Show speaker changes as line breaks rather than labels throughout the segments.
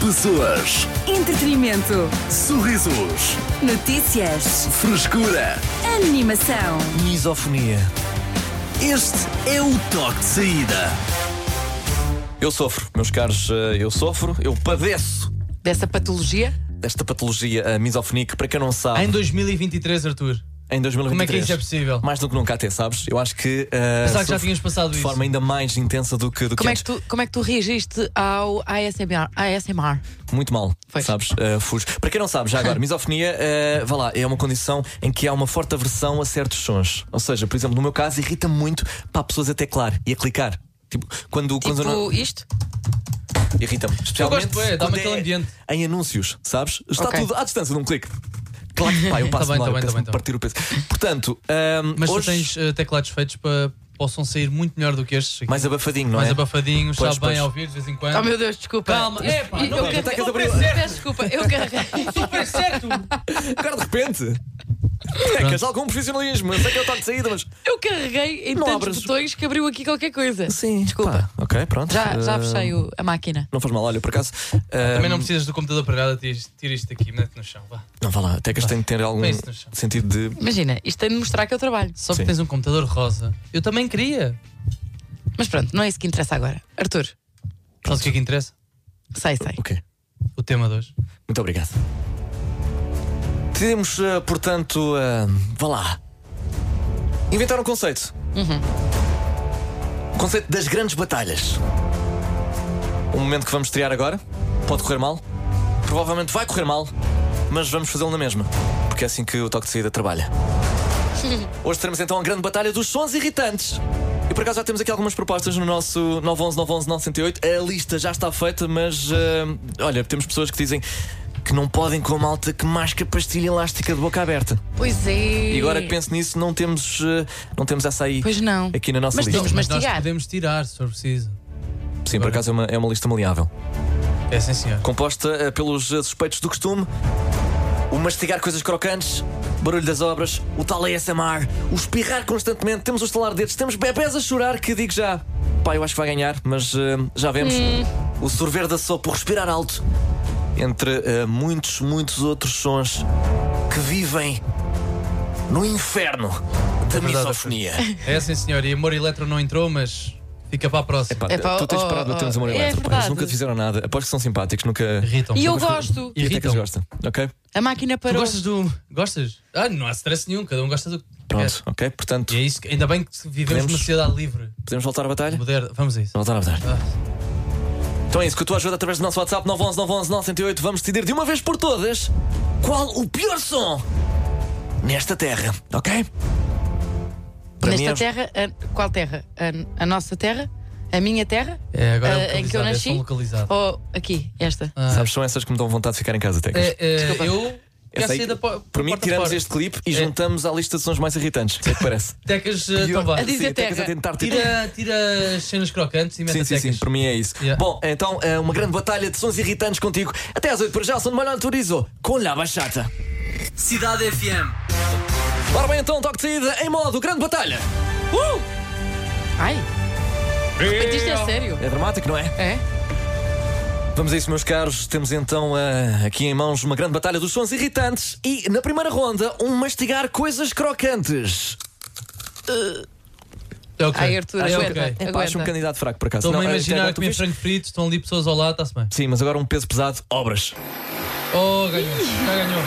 Pessoas,
Entretenimento.
sorrisos,
Notícias.
frescura.
Animação.
Misofonia.
Este é o toque de saída.
Eu sofro, meus caros, eh, eu sofro, eu padeço
dessa patologia?
desta patologia a misofonia que, para quem não sabe,
Em 2023, Arthur.
em 2023.
Como é que isso é possível?
Mais do que nunca até, sabes? Eu acho que. eh,
Pensava que já
sofro
tínhamos passado
De
isso.
forma ainda mais intensa do que, do
Como é
antes.
que tu, como é que tu reagiste ao ASMR? ASMR?
Muito mal,
Pois.
sabes? Uh, fujo. Para quem não sabe, já agora, misofonia, uh, vá lá, é uma condição em que há uma forte aversão a certos sons. Ou seja, por exemplo, no meu caso, irrita muito para pessoas a teclar e a clicar. Tipo, quando, quando
Tipo
eu não-
isto?
irrita-me. Especialmente
gosto, é, dá-me
quando
aquele ambiente.
Em anúncios, sabes? Está
Ok.
tudo à distância de um clique. Claro que pá, eu passo
Tá bem,
mal,
tá
eu
bem, tá
penso-me
bem, tá
partir o peso. Portanto, um,
Mas
hoje
tu tens eh, teclados feitos para possam sair muito melhor do que estes. aqui.
mais abafadinho, não
Mais
é?
abafadinhos,
Pois,
sabe bem
pois.
a ouvir de vez em
Ah.
quando.
Oh meu Deus, desculpa.
Calma, é pá, não
eu
vai.
carre-
Tá, queres abrir-
Peço desculpa, eu carreguei.
Super certo!
Agora de repente. Pecas algum profissionalismo. Eu sei que eu estou de saída, mas.
Eu carreguei em
Não
tantos
abras-
botões que abriu aqui qualquer coisa. Desculpa.
Pá, ok, pronto.
Já, já
Uh,
fechei o- a máquina.
Não faz mal, olha, por acaso.
Ah,
hum,
Também não precisas do computador para nada, tira isto- tira isto daqui, mete no chão, vá.
Não, vá lá, até que isto tem de ter algum
Põe isso no chão.
sentido de.
Imagina, isto tem de mostrar que eu trabalho.
Só
Sim.
que tens um computador rosa. Eu também queria.
Mas pronto, não é isso que interessa agora. Arthur,
Sabes o que é que interessa?
sei, sei.
Ok,
O tema de hoje.
muito obrigado. Temos, eh, portanto, eh, vá lá. Inventar um conceito.
Uhum.
O conceito das grandes batalhas. Um momento que vamos estrear agora. Pode correr mal. Provavelmente vai correr mal. Mas vamos fazê-lo na mesma. Porque é assim que o toque de saída trabalha. Hoje teremos então a grande batalha dos sons irritantes. E por acaso já temos aqui algumas propostas no nosso 911 911 908. A lista já está feita, mas eh, olha, temos pessoas que dizem que não podem com a malta que masca pastilha elástica de boca aberta.
Pois é.
E agora que É penso nisso, não temos, eh, não temos essa aí
Pois não.
aqui na nossa
Mas
lista.
temos-
Mas nós
mastigar.
podemos tirar, se for preciso.
Sim, por acaso é uma, é uma lista maleável.
É sim, senhor.
Composta eh, pelos eh, suspeitos do costume, o mastigar coisas crocantes, barulho das obras, o tal ASMR, o espirrar constantemente, temos o estalar de dedos, temos bebés a chorar, que digo já. Pá, eu acho que vai ganhar, mas eh, já vemos.
Hum.
O sorver da sopa, o respirar alto, entre eh, muitos, muitos outros sons que vivem no inferno da
verdade,
misofonia.
É sim, senhor. E amor eletro não entrou, mas fica para a próxima.
Pá,
É pá,
tu tens
oh,
parado no
oh,
Temos Amor
é
Eletro, pá, eles
verdade.
nunca te fizeram nada. Aposto que são simpáticos, nunca.
Irritam.
E eu gosto.
E até que
Irritam.
eles gostam, ok?
A máquina
Tu
parou.
gostas do. Gostas? Ah, não há stress nenhum, cada um gosta do que
Pronto, ok? Portanto,
quer. E é isso, que- ainda bem que vivemos
Podemos?
numa sociedade livre,
podemos voltar à batalha?
moderna. Vamos a isso.
Voltar à batalha.
Ah,
Então é isso, com a tua ajuda através do nosso WhatsApp 911 911 908 vamos decidir de uma vez por todas qual o pior som nesta terra, ok? Para mim
Nesta
é-
terra, a- qual terra? A, a nossa terra? A minha terra?
é, agora
Ah,
é
em que eu
localizado, é
nasci? Oh.
só localizado.
Ou aqui, esta?
Ah,
Sabes, são essas que me dão vontade de ficar em casa até.
é, é, eu.
Eu
quero
sei
sair
que-
da po-
Para mim,
porta
tiramos
fora.
este clipe e
É.
juntamos à lista de sons mais irritantes. O que é que parece?
Tecas, eh, então vá.
A dizer
Sim, até que
terra.
a tentar tirar.
Tira, tira as cenas crocantes e mete
Sim,
a
sim,
tecas.
sim, para mim é isso.
Yeah.
Bom, então é uma grande batalha de sons irritantes contigo. Até às 8 para já, sou de Manuel Turizo, com La Bachata.
Cidade FM.
Ora bem, então, toque de saída em modo grande batalha. Uh!
Ai! Mas isto é sério?
É dramático, não é?
É?
Vamos a isso, meus caros. Temos então ah, aqui em mãos uma grande batalha dos sons irritantes e, na primeira ronda, um mastigar coisas crocantes.
É ok.
Ai, Arthur,
Ah, é
aguenta.
ok.
Epá, acho um
Aguenta.
candidato fraco, por acaso.
Estou-me
Não,
a
até
imaginar
agora
que
tu
comer
viste?
frango frito, estão ali pessoas ao lado, está-se bem.
Sim, mas agora um peso pesado, obras.
Oh, ganhou. Já ganhou.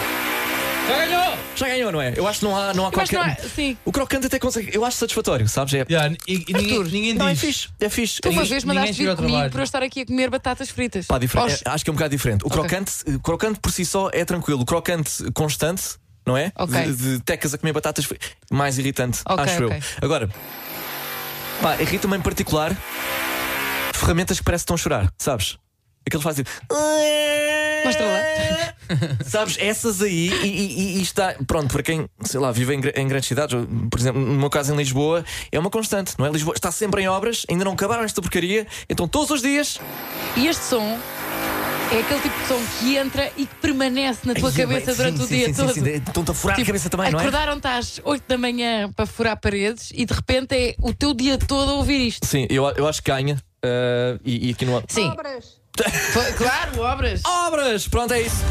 Já ganhou!
Já ganhou, não é? Eu acho que não há, não há
Mas
qualquer. um.
não há- sim.
O crocante até consegue. Eu acho satisfatório, sabes? É...
Yeah, e, e ninguém,
Arthur,
ninguém
Não, é
diz.
fixe. É fixe.
Tu uma
Ninguém-
vez
ninguém
mandaste
chega
vir
ao
comigo
trabalho.
para eu estar aqui a comer batatas fritas.
Pá, diferente.
Aos-
É, acho que é um bocado diferente. O
Ok.
crocante, eh, crocante por si só é tranquilo. O crocante constante, não é?
Ok.
De, de tecas a comer batatas fri- mais irritante,
Ok,
acho
ok.
eu. Agora, pá, irrita-me em particular ferramentas que parecem que estão a chorar, sabes? tipo, Aqueles fazem.
Mostra lá.
Sabes, essas aí, e, e- e- e está, pronto, para quem, sei lá, vive em, gra- em grandes cidades, ou, por exemplo, no meu caso em Lisboa, é uma constante, não é? Lisboa está sempre em obras, ainda não acabaram esta porcaria, então todos os dias.
E este som é aquele tipo de som que entra e que permanece na tua
Ai,
cabeça
sim,
durante
sim,
o dia
sim, sim,
todo.
sim, Estão-te a furar
Tipo,
a cabeça também, não é?
Acordaram-te às 8 da manhã para furar paredes e de repente é o teu dia todo a ouvir isto.
Sim, eu, eu acho que ganha. eh, e, e aqui no.
Sim.
Obras!
Cla- Claro, obras.
Obras! Pronto, é isso.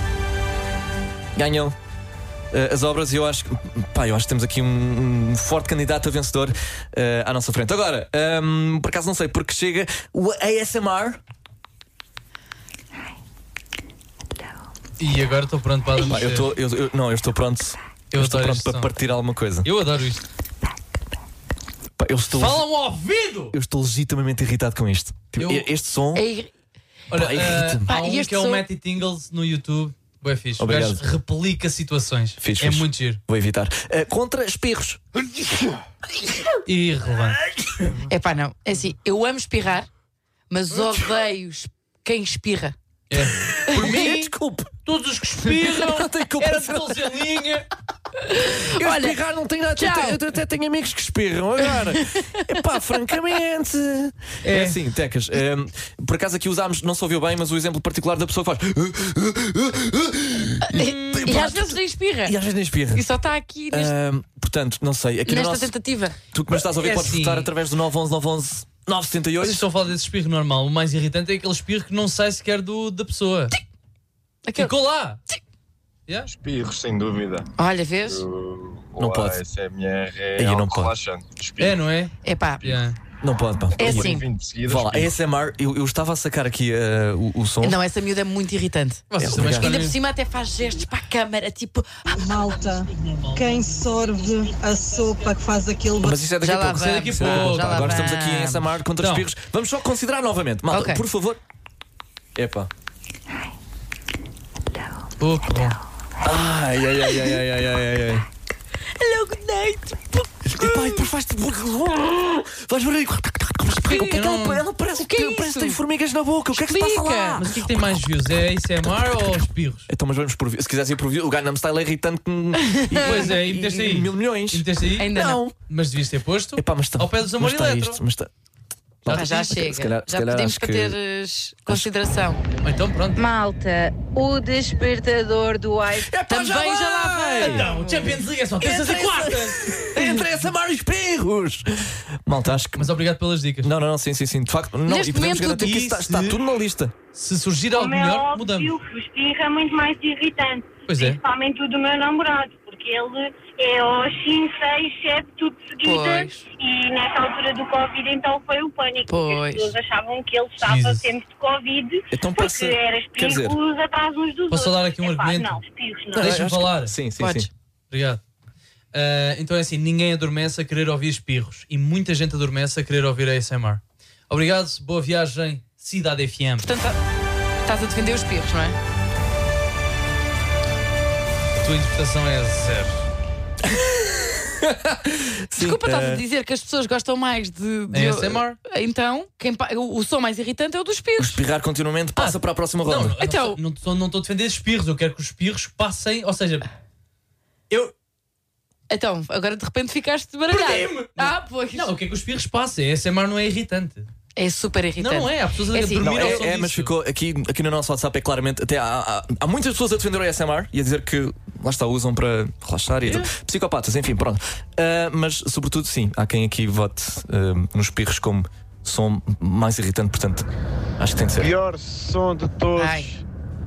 Ganham eh, as obras e eu acho que. Pá, eu acho que temos aqui um, um forte candidato a vencedor eh, à nossa frente. Agora, ehm, por acaso não sei, porque chega o ASMR.
E agora estou pronto para
Pá,
adormecer.
eu estou. Eu, eu- não, eu estou pronto.
Eu
estou
adoro
pronto
este
para
som.
partir alguma coisa.
Eu adoro isto.
Pá, eu estou.
Falam ao ouvido!
Eu estou legitimamente irritado com isto. Tipo,
Eu-
e- Este som.
É ir-
Olha,
Pá,
eh,
irrita-me.
há
Pá,
um
e este
que é o
som-
Matty Tingles no YouTube. Bué fixe. O
Obrigado.
gajo replica situações.
Fixe,
é
fixe.
muito giro.
Vou evitar. Eh, contra espirros.
Irrelevante.
É pá, não. É assim, eu amo espirrar, mas odeio es- quem espirra.
É. Por mim,
Desculpe.
todos os que espirram,
Não tem culpa.
era de bolsinha.
Eu
Olha,
espirrar não tenho nada. Eu,
tchau.
te- eu até tenho amigos que espirram agora. Epá, francamente. É. assim, Tecas. ehm, por acaso aqui usámos, não se ouviu bem, mas o exemplo particular da pessoa que faz. Hum.
E às vezes nem espirra.
"Ah", E às vezes nem espirra.
E só está aqui neste-
Ehm, portanto, não sei. Aqui no
é nesta
nosso,
tentativa.
tu que me estás a ouvir,
É
podes
assim.
votar através do 911
Vocês
911
estão a falar desse espirro normal. O mais irritante é aquele espirro que não sai sequer do, da pessoa.
Aquele-
Ficou lá. Yeah.
Espirros, sem dúvida.
Olha, vês?
O-
Não
o
pode.
ASMR
Aí
é
eu não
algo
posso.
relaxante. Espirro.
É, não é?
É pá.
Yeah.
911. Não pode, pá.
É
Por
assim.
vinte seguidas,
Vá lá,
espirro.
ASMR, eu, eu estava a sacar aqui eh, o, o som.
Não, essa miúda é muito irritante.
Vocês
É,
também
obrigado.
Ainda por
escolhem.
cima até faz gestos para a câmara, tipo, ah,
Malta, quem sorve a sopa que faz aquele
Mas isso é daqui
Já
a
lá
pouco.
vamos,
isso é daqui a
já
pouco.
lá
Agora
vamos.
estamos aqui em ASMR contra
Então.
espirros. Vamos só considerar novamente. Malta,
Ok.
por favor. Epá.
Oh, que bom.
Ai, ai, ai, ai, ai, ai, ai, ai, ai.
hello, good night.
E pá, e depois faz-te. Vais ver aí. O que é que
Eu não-
ela, ela parece?
O que é
parece
isso?
tem formigas na boca. O que é que se passa lá?
Mas o que é que tem mais views? É ASMR ou espirros?
Então, mas vamos por. Se quiseres ir por. O Gangnam Style é irritante com.
Pois é, e meteste aí.
Mil milhões.
E meteste aí?
Ainda não.
Mas devias ter posto.
Epá, mas está.
Ao pé dos amor
mas está
eletro.
isto, mas está.
Ah, já chega.
calhar- se
já
calhar
pedimos
acho
para
que-
teres consideração.
Ou Então pronto.
Malta, o despertador do iPhone.
Epá,
Também já lá vai.
Então, Champions League é só terças e quartas.
Entre ASMR e espirros. Malta, acho que.
Mas obrigado pelas dicas.
Não, não, não, sim, sim, sim. De facto, não.
Neste
e podemos
momento,
garantir que isso está,
disse-
está tudo na lista.
Se surgir algo
Como é
melhor,
óbvio
mudamos.
que o espirro é muito mais irritante.
Pois é.
Principalmente o do meu namorado, porque ele é aos 5, 6, 7, tudo de seguida.
Pois.
E nessa altura do Covid, então foi o pânico. porque
Pois.
As pessoas achavam que ele estava
Jesus.
sempre de Covid,
Então
porque
passa-
era
quer dizer-
espirros atrás uns dos
Posso
outros.
dar aqui um
Epá,
argumento? é
Não, espirros não.
Deixa-me
Acho que-
falar.
Sim, sim,
Podes.
sim.
Obrigado. Ah, então é assim, ninguém adormece a querer ouvir espirros e muita gente adormece a querer ouvir ASMR. Obrigado, boa viagem, Cidade FM.
Portanto, estás a defender os pirros, não é?
A tua interpretação é zero.
Desculpa,
Sim,
estás
eh,
a dizer que as pessoas gostam mais de. de
É ASMR?
Então, quem pa- o, o som mais irritante é o dos pirros.
Espirrar continuamente, passa para a próxima
Ah, Não,
ronda.
não,
Então-
não estou não estou a defender espirros, eu quero que os espirros passem, ou seja, eu
Então, agora de repente ficaste baralhado. Ah, pois.
não, eu quero que os espirros passem, ASMR não é irritante.
É super irritante.
Não, não é, há pessoas a
É assim,
dormir
Não,
ao
é,
som
é, mas
disso.
ficou aqui, aqui no nosso WhatsApp é claramente. Até há, há- há muitas pessoas a defender o ASMR e a dizer que lá está, usam para relaxar e
É.
tudo. Psicopatas, enfim, pronto. Ah, mas, sobretudo, sim, há quem aqui vote ah, nos pirros como som mais irritante, portanto, acho que tem de ser.
pior som de todos
Ai.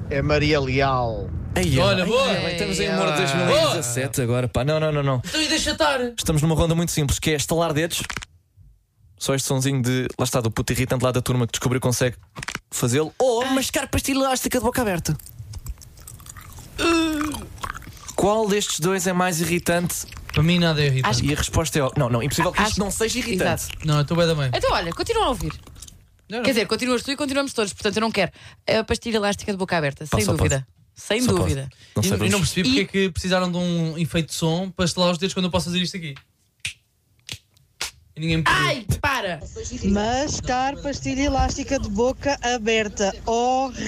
é Maria Leal.
Ai,
Olha,
ai,
boa.
ai, Estamos em humor de 2017 agora, pá. Não, não, não, não.
Então e deixa estar.
Estamos numa ronda muito simples que é estalar dedos. Só este sonzinho de lá está, do puto irritante lá da turma que descobriu que consegue fazê-lo. Ou
Ah.
mascar pastilha elástica de boca aberta. Qual destes dois é mais irritante?
Para mim nada é irritante.
E a resposta é. ó- Não, não, impossível que isto
Acho-
não seja irritante.
Não, eu estou bem da mãe.
Então, olha, continua a ouvir.
Não, não.
Quer dizer, continuas tu e continuamos todos. Portanto, eu não quero. A pastilha elástica de boca aberta, sem
só
dúvida. Sem
Só pode.
dúvida.
Não sei,
E- e não
vamos-
percebi
E-
porque é que precisaram de um efeito de som para estelar os dedos quando eu posso fazer isto aqui. E ninguém me pediu.
Ai, para!
mascar pastilha elástica de boca aberta.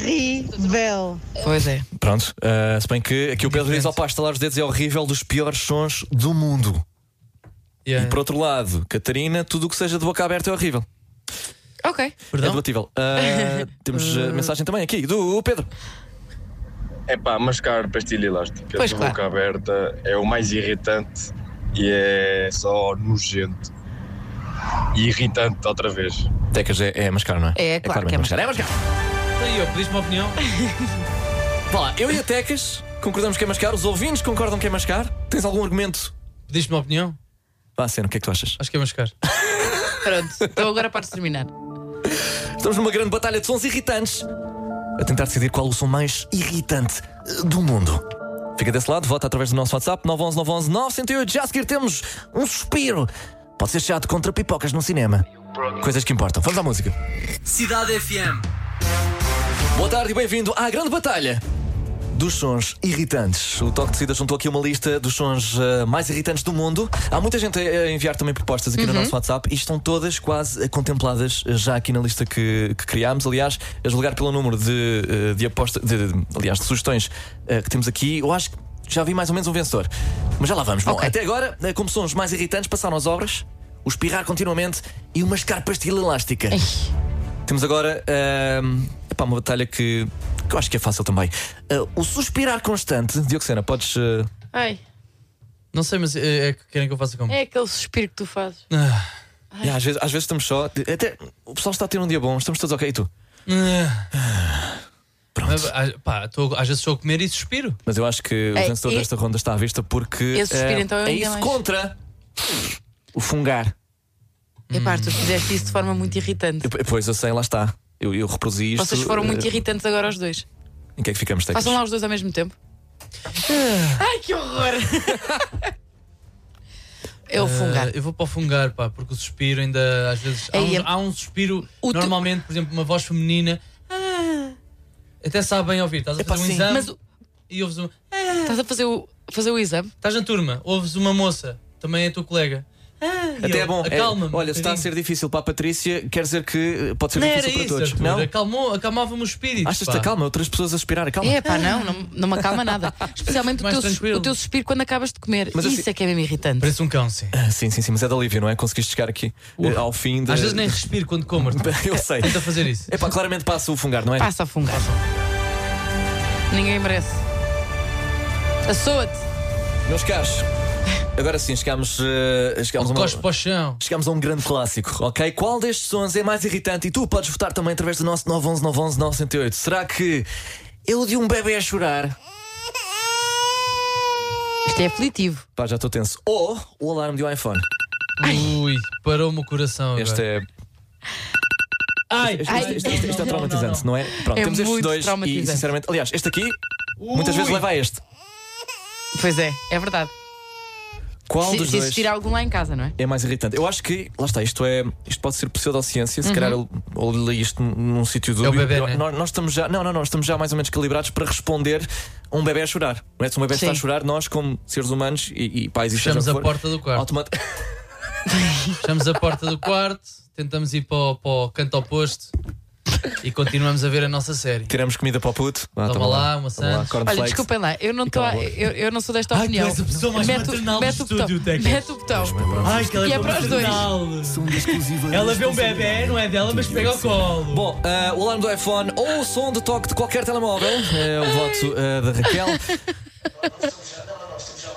Horrível.
Pois é.
Pronto, ah, se bem que aqui o Pedro diz:
Diferente.
opá, estalar os dedos é horrível, dos piores sons do mundo.
Yeah.
E por outro lado, Catarina, tudo o que seja de boca aberta é horrível.
Ok.
É debatível. Ah, temos
Uh.
ah, mensagem também aqui do Pedro.
É pá, mascar pastilha elástica
Pois,
de
claro.
boca aberta é o mais irritante e é só nojento. E irritante outra vez.
Tecas é, é mascar, não é?
É, claro que é
É mascar. É mascar.
Tá Aí, eu pediste uma opinião.
Vá lá, Ah, eu e a Tecas concordamos que é mascar, os ouvintes concordam que é mascar. Tens algum argumento?
Pediste uma opinião?
Vá, Sena, o que é que tu achas?
Acho que é mascar.
Pronto, então agora podes terminar.
Estamos numa grande batalha de sons irritantes a tentar decidir qual o som mais irritante eh, do mundo. Fica desse lado, vota através do nosso WhatsApp 911 911 908. Já a seguir temos um suspiro. Pode ser chato contra pipocas no cinema. Coisas que importam. Vamos à música.
Cidade FM.
Boa tarde e bem-vindo à grande batalha dos sons irritantes. O Toque de Cida juntou aqui uma lista dos sons eh, mais irritantes do mundo. Há muita gente a, a enviar também propostas aqui no nosso WhatsApp e estão todas quase eh, contempladas eh, já aqui na lista que, que criámos. Aliás, a julgar pelo número de, eh, de aposta, de, de- aliás, de sugestões eh, que temos aqui, eu acho que já vi mais ou menos um vencedor. Mas já lá vamos. Bom,
Ok.
até agora, eh, como sons mais irritantes, passaram as obras, o espirrar continuamente e uma escarpastilha elástica. Temos agora ahm, epá, uma batalha que, que eu acho que é fácil também. Ah, o suspirar constante, Dioxena, podes. ah,
Ai,
Não sei, mas é, é que querem que eu faça como?
é aquele suspiro que tu fazes.
Ah,
yeah, às, vezes, às vezes estamos só. Até o pessoal está a ter um dia bom, estamos todos ok. E tu?
ah. Mas, ah, pá, tô- às vezes estou a comer e suspiro.
Mas eu acho que o
Ei,
vencedor
eh, e-
desta ronda está à vista porque.
Esse suspiro,
ah,
então, eu
é
ainda
isso
mais.
contra o fungar.
Epá, tu É fizeste isso de forma muito irritante.
Eu- pois eu sei, lá está. Eu, eu reproduzi isto.
Vocês foram muito
ah,
irritantes agora os dois.
Em que é que ficamos, Tecas?
Façam lá os dois ao mesmo tempo. Ai, que horror! É o fungar.
Ah, eu vou para o fungar, pá, porque o suspiro ainda às vezes. Há,
Ei,
uns-
é-
há um suspiro,
O tu- Ah.
normalmente, por exemplo, uma voz feminina. Até sabe bem ouvir. Estás a
Epá,
fazer um
sim.
exame
Mas o-
e ouves uma.
estás a fazer o, fazer o exame?
Estás na turma, ouves uma moça, também é teu colega. Ah, e
um
Até
eu,
é bom. é-
acalma-me,
olha, se está a
bocadinho.
ser difícil para a Patrícia, quer dizer que eh, pode ser
Não era
difícil para
isso,
todos.
Arthur.
Não?
Acalmou, acalmava-me o espírito.
Achas-te
pá.
calma? Outras pessoas a suspirar, calma.
É, pá, não, não, não me acalma nada. Especialmente o
Mais
teu, sus-
tranquilo.
o teu suspiro quando acabas de comer.
Mas
Isso
assim-
é que é mesmo irritante.
Parece um cão, sim.
Ah, Sim, sim, sim, mas é de alívio, não é? Conseguiste chegar aqui eh, ao fim de...
Uh. Às vezes nem Então, respiro quando como. Arthur.
Eu sei.
Tenta fazer isso.
É pá, claramente passa o fungar, não é?
Passa a fungar. Ninguém merece. Assoa-te.
Meus caros, agora sim, chegámos, eh, chegámos, a uma-
Cospe para o chão.
chegámos a um grande clássico, ok? Qual destes sons é mais irritante? E tu podes votar também através do nosso 911 911 908. Será que eu de um bebê a chorar?
Isto é aflitivo.
Pá, já estou tenso. Ou o alarme de um iPhone.
Ui, parou-me o coração. agora.
Este é...
Ai,
Este,
Ai,
este- este- este é
não, não,
traumatizante, não, é? Pronto,
É
temos estes
muito
dois e,
traumatizante.
sinceramente... Aliás, este aqui, muitas
Ui.
vezes leva a este.
Pois é, é verdade.
Qual
Se,
dos
se
dois...
existir algum lá em casa, não é?
é mais irritante. Eu acho que, lá está, isto, é, isto pode ser pseudociência,
Uhum.
se calhar eu, eu li isto num- num sítio dúbio.
bebé,
Eu-
né?
nós, nós estamos já, não, não, não, estamos já mais ou menos calibrados para responder a um bebê a chorar. Não é? Se um bebê está a
Sim.
chorar, nós, como seres humanos e, e pais e seja
Fechamos
o
a
que for,
porta do quarto.
automat-
Fechamos a porta do quarto, tentamos ir para o, para o canto oposto e continuamos a ver a nossa série.
Tiramos comida para o puto. Ah,
Toma lá,
toma lá,
uma Santos.
Olha,
cornflakes.
desculpem lá, eu não, tô,
cala a boca.
eu, eu não sou desta
Ai, tu
opinião.
és a pessoa mais
Mete o-
maternal do
mete o botão,
estúdio, Tecla.
Mete o botão.
Ai, que ela
E é para os dois.
maternal.
Uma exclusiva
Ela vê um bebê, não é dela, mas pega o colo.
Bom, ah, o alarme do iPhone ou o som de toque de qualquer telemóvel. É o voto ah, da Raquel.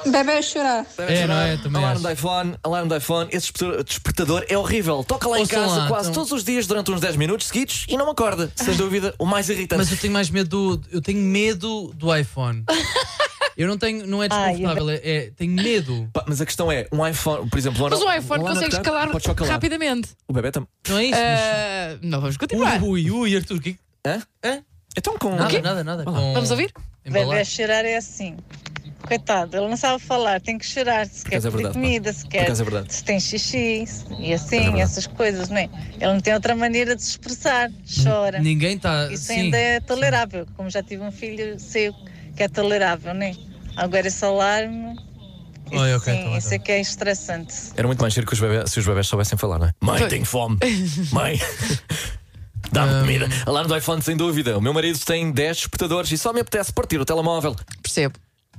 Bebê a chorar.
é, não é? Também
alarme
acho.
do iPhone, alarme do iPhone. Esse despertador- despertador é horrível. Toca lá em
Ouçam
casa
lá,
quase
então. Ah.
todos os dias durante uns 10 minutos seguidos e não me acorda. Sem dúvida, o mais irritante.
Mas eu tenho mais medo do. Eu tenho medo do iPhone. Eu não tenho. Não é desconfortável, é, é- tenho medo.
Pá, mas a questão é, um iPhone, por exemplo,
Mas o iPhone consegue escalar
pode só calar.
rapidamente.
O bebê também.
Não é isso?
Ah, não vamos continuar.
mas... Ui, ui, ui, Arthur, que...
Hã? Hã? Então com.
nada, nada, nada,
Vá lá.
Com-
Vamos ouvir?
embalar.
Bebê a chorar é assim. Coitado, ele não sabe falar, tem que chorar. Se quer
acaso é
pedir
verdade, pá.
comida, se
Por
quer.
acaso é verdade.
Se tem xixi se- e
É
assim,
verdade.
essas coisas, não é? Ele não tem outra maneira de se expressar. Chora.
Ninguém está.
Isso
Sim.
ainda é tolerável. Como já tive um filho, sei que é tolerável, não é? Agora esse alarme. Isso,
Ai, ok,
sim,
tá
então
bem,
isso
tá
é que é estressante.
Era muito mais giro que os bebés, se os bebés soubessem falar, não é? Mãe, tenho fome. Mãe.
Hum.
Dá-me comida. Alarme do iPhone, sem dúvida. O meu marido tem 10 despertadores e só me apetece partir o telemóvel.
Percebo.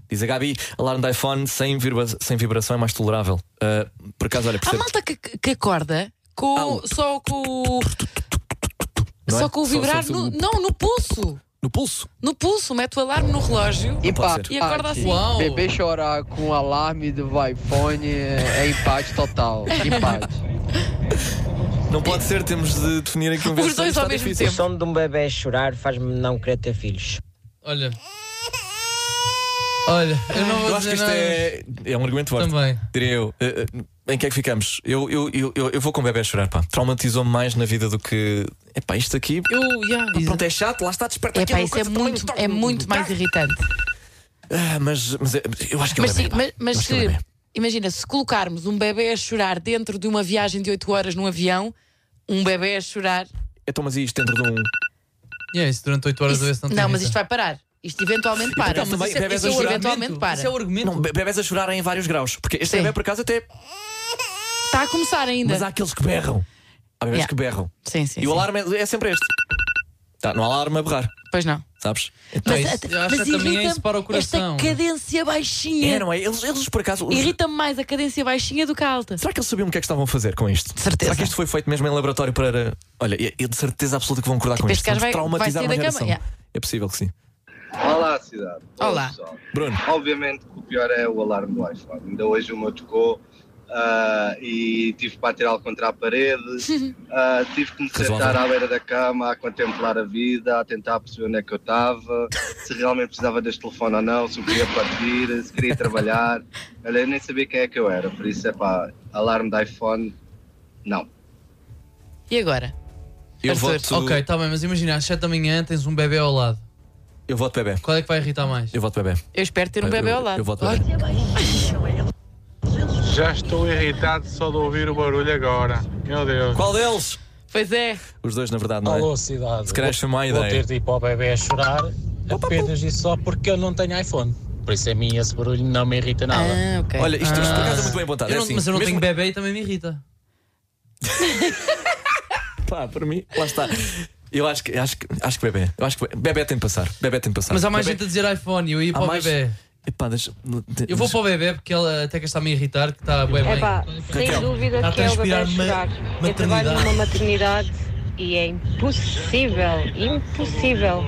Diz a Gabi, alarme do iPhone sem, vibra- sem vibração é mais tolerável. Ah, por acaso, olha,
Há
percebo.
malta que, que acorda com,
Ah, o-
só com o.
Não é?
Só com o
Só- só-
vibrar.
só-
no, não, no pulso.
No pulso.
No pulso, mete o alarme no relógio
Não pode
Epá,
ser.
e acorda assim.
Uau!
Bebê chorar com é alarme do iPhone é empate total. Empate.
Não pode ser, temos de definir aqui um vencedor.
dois
Está
ao mesmo
difícil.
O som de um bebê chorar faz-me não querer ter filhos.
Olha. Olha, eu não vou
acho que
dizer
isto
nada.
é, é um argumento forte.
Também.
Diria eu. Eh, eh, Em que é que ficamos? Eu, eu, eu, eu, eu vou com o bebê a chorar, pá. Traumatizou-me mais na vida do que. Epá, isto aqui.
Eu, yeah,
Pronto, é chato, lá está, desperta
é
aqui
pá,
uma
isso é
coisa tá
muito,
também.
é muito mais irritante.
Ah, mas, mas eh, eu acho que é o
Mas,
bebê.
sim,
pá.
mas, mas
Acho que é o
se-
bebé.
imagina, se colocarmos um bebê a chorar dentro de uma viagem de 8 horas num avião, um bebê a chorar.
Então, mas e isto dentro de um.
E é isso, durante 8 horas
isso-
do S não
não,
tem
mas
jeito.
isto vai parar. Isto eventualmente para.
Então, também,
isso, é-
bebés
isso
a chorar.
eventualmente para.
Isso é o um argumento.
Não, be- bebés a chorar em vários graus. Porque este
Sim.
bebé, por acaso, até.
Está a começar ainda.
Mas há aqueles que berram. Há bebés
Yeah.
que berram.
Sim, sim.
E o
sim.
alarme é, é sempre este. Tá, não há alarme a berrar,
Pois não.
sabes? Então
Mas,
é isso.
isso- eu acho
mas
que também é
irrita-me
isso para o coração.
Esta cadência baixinha.
É, não é? Eles, eles por acaso. os-
Irrita-me mais a cadência baixinha do que a alta.
Será que eles sabiam o que é que estavam a fazer com isto?
certeza.
Será que isto foi feito mesmo em laboratório para. Olha, eu- eu de certeza absoluta que vão acordar
Tipo,
com
este
isto.
gajo
Vamos
vai-
traumatizar
vai sair
uma
da
geração.
cama,
É possível que sim.
Olá, cidade.
Olá.
pessoal.
Bruno.
Obviamente que o pior é o alarme do iPhone. Ainda hoje o meu tocou ah, e tive que bater algo contra a parede. ah, tive que me
Razoável.
sentar à beira da cama, a contemplar a vida, a tentar perceber onde é que eu estava, se realmente precisava deste telefone ou não, se eu queria partir, se queria trabalhar. Olha, eu nem sabia quem é que eu era, por isso é pá, alarme do iPhone, não.
E agora?
Eu
Arthur,
voto.
Ok, está bem, mas imagina, às 7 da manhã tens um bebê ao lado.
Eu voto bebê.
Qual é que vai irritar mais?
Eu voto bebê.
Eu espero ter um
Eu-
bebê ao
eu-
lado.
eu voto
Olha,
Já estou irritado só de ouvir o barulho agora. Meu Deus.
Qual deles?
Pois é.
Os dois, na verdade, não é?
Alô, cidade.
Se calhar isto foi uma
Vou
ideia.
ter de ir para o bebê a chorar apenas e só porque eu não tenho iPhone. Por isso a mim esse barulho não me irrita nada.
Ah, ok.
Olha, isto, isto por acaso é muito bem apontado.
Ah. Eu
é
não-
assim,
mas eu não
mesmo-
tenho bebê e também me irrita.
Pá, para mim, lá está. Eu acho que, acho que, acho que bebê. Eu acho que bebê tem de passar. Tá, Bebê tem de passar.
Mas há mais
Bebé-
gente a dizer iPhone e eu ia
há
para o
mais-
bebê.
Epá, deixa-
Eu vou para o bebê porque ela até que está a me irritar, que está bem
É
bem.
pá, sem
Raquel,
dúvida
está
que é o bebê
transpirar
a
ma-
chorar. Eu
maternidade.
trabalho numa maternidade e é impossível, impossível.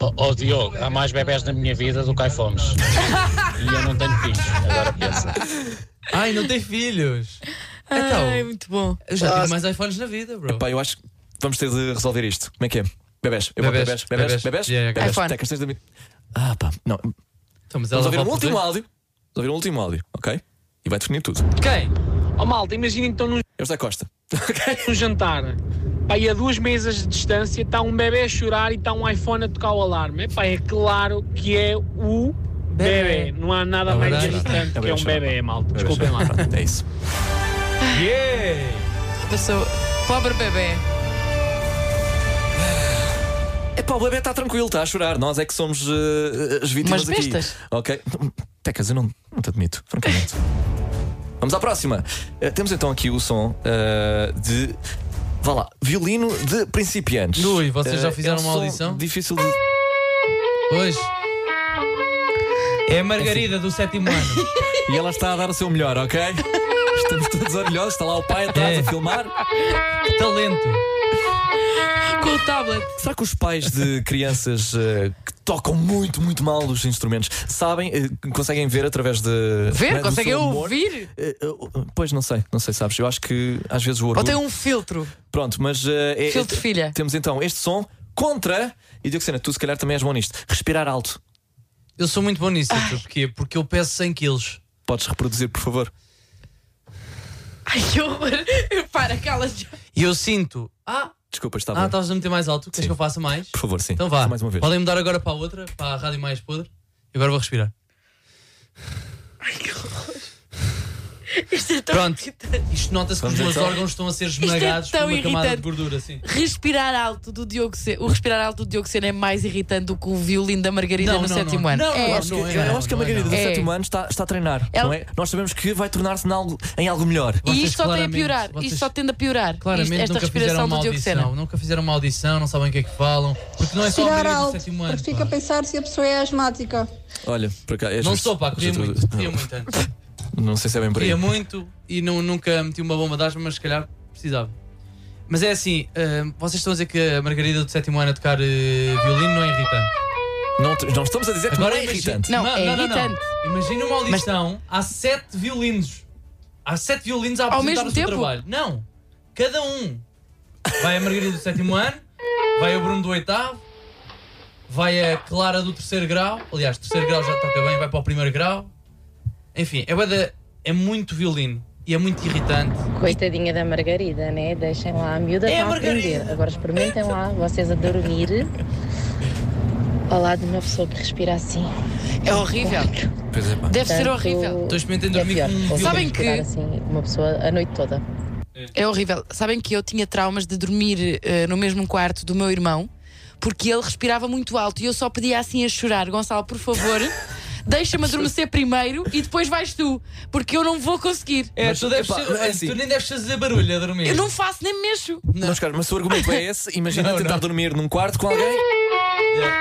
Ó ó, Diogo, há mais bebés na minha vida do que iPhones. e eu não tenho filhos. Agora pensa.
Ai, não tem filhos.
Ai,
Então,
muito bom.
eu já tive mais iPhones na vida, bro.
Epá, eu acho que vamos ter de resolver isto. Como é que é? Bebés. Eu voto
Bebés,
bebés. Bebés.
bebés.
Bebés.
Yeah, yeah,
Bebés.
iPhone.
Tecas, tens de mim. Ah, pá. Não.
Então, mas ela
Vamos ouvir um
vota
último
dois.
áudio. Vamos ouvir um último áudio, ok? E vai definir tudo.
Quem?
Ó malta, imagina então num
É o José Costa.
num jantar. Pá, e a duas mesas de distância está um bebê a chorar e está um iPhone a tocar o alarme. Epá, é claro que é o bebê. Não há nada
É
mais
verdade.
irritante
É
que é um
verdade.
bebê, malta. Desculpem lá.
É isso.
Yeah!
Passou. Pobre bebê.
É pá, o bebê está tranquilo, está a chorar. Nós é que somos eh, as vítimas
Umas
aqui.
bestas.
Ok? Tecas, eu não, não te admito, francamente. Vamos à próxima. Eh, temos então aqui o som eh, de. Vá lá, violino de principiantes.
Ui, vocês já
Eh,
fizeram
é um
uma
som
audição?
Difícil de.
Pois. É a Margarida do sétimo ano.
E ela está a dar o seu melhor, ok? Estamos todos orgulhosos, está lá o pai atrás
É.
a filmar.
Que talento.
Com o tablet.
Será que os pais de crianças eh, que tocam muito, muito mal os instrumentos sabem, eh, conseguem ver através de.
Ver?
né, do
Conseguem
seu humor?
ouvir?
Eh, eh, Pois não sei, não sei, sabes? Eu acho que às vezes o
Ou
orgulho.
tem um filtro?
Pronto, mas. eh, é-
Filtro,
é-
filha.
Temos então este som contra. E Diogo Sena, tu se calhar também és bom nisto. Respirar alto.
Eu sou muito bom nisso, Arthur, porque, porque eu peso 100 quilos.
Podes reproduzir, por favor.
Ai, que horror. Para aquelas.
E eu sinto.
Tá
Ah,
Desculpa, estava.
ah estavas a meter mais alto. Queres que eu faça mais?
Por favor, sim.
Então vá.
Mais uma vez.
Podem mudar agora para a outra, para a rádio mais podre. E agora vou respirar.
Isto é tão
Pronto.
irritante.
Isto nota-se que os
Vamos
meus
então.
órgãos estão a ser
é
esmagados por
tão
uma camada
irritante.
de gordura, assim.
Respirar alto do Diogo Sena. O respirar alto do Diogo Sena é mais irritante do que o violino da Margarida
Não,
no
não,
sétimo
não.
ano.
Não, não,
é.
Eu acho que,
não é,
eu
não,
acho que a
não é,
Margarida do
não.
sétimo ano está, está a treinar,
Ela-
não é? Nós sabemos que vai tornar-se em algo, em algo melhor.
E
Vocês
isto só tem a
claramente-
piorar.
vocês
Isto só tende a piorar.
Claramente
Isto- esta
nunca fizeram
respiração
uma
do Diogo
audição,
Sena.
nunca fizeram uma audição, não sabem o que é que falam, porque não é só
Respirar
o
alto,
do sétimo ano.
porque fica a
pá.
pensar se a pessoa é asmática.
Olha, por acaso. é
Não
justo.
sou, pá, corria
Justo.
muito, corria muito antes.
Não sei se é bem por aí.
Corria muito e não, nunca meti uma bomba de asma, mas se calhar precisava. Mas é assim, ah, vocês estão a dizer que a Margarida do sétimo ano a tocar eh, violino não é irritante.
Não, te- não estamos a dizer que não é
imagina-
irritante.
Não, é irritante.
Imagina uma audição, há sete violinos. Há sete violinos a
Ao
apresentar
mesmo
o seu
tempo?
trabalho. Não. Cada um. Vai a Margarida do sétimo ano, vai o Bruno do oitavo, vai a Clara do terceiro grau. Aliás, terceiro grau já toca bem, vai para o primeiro grau. Enfim, é, bué da- é muito violino e é muito irritante.
Coitadinha da Margarida, né? Deixem lá a miúda
É a
para aprender.
Margarida.
Agora experimentem lá, vocês a dormir. Ao lado de uma pessoa que respira assim.
É horrível.
Pois é, pá.
Deve ser horrível.
Estou experimentando dormir com um
é Ou
é Sabem
respirar
que-
assim, uma pessoa a noite toda.
É horrível. Sabem que eu tinha traumas de dormir eh, no mesmo quarto do meu irmão porque ele respirava muito alto e eu só pedia assim a chorar: Gonçalo, por favor, deixa-me adormecer primeiro e depois vais tu, porque eu não vou conseguir.
É, tu, deves ser- é, tu nem deves fazer barulho a dormir.
Eu não faço, nem me mexo.
Não, Oscar, mas se o argumento é esse, imagina tentar dormir num quarto com alguém.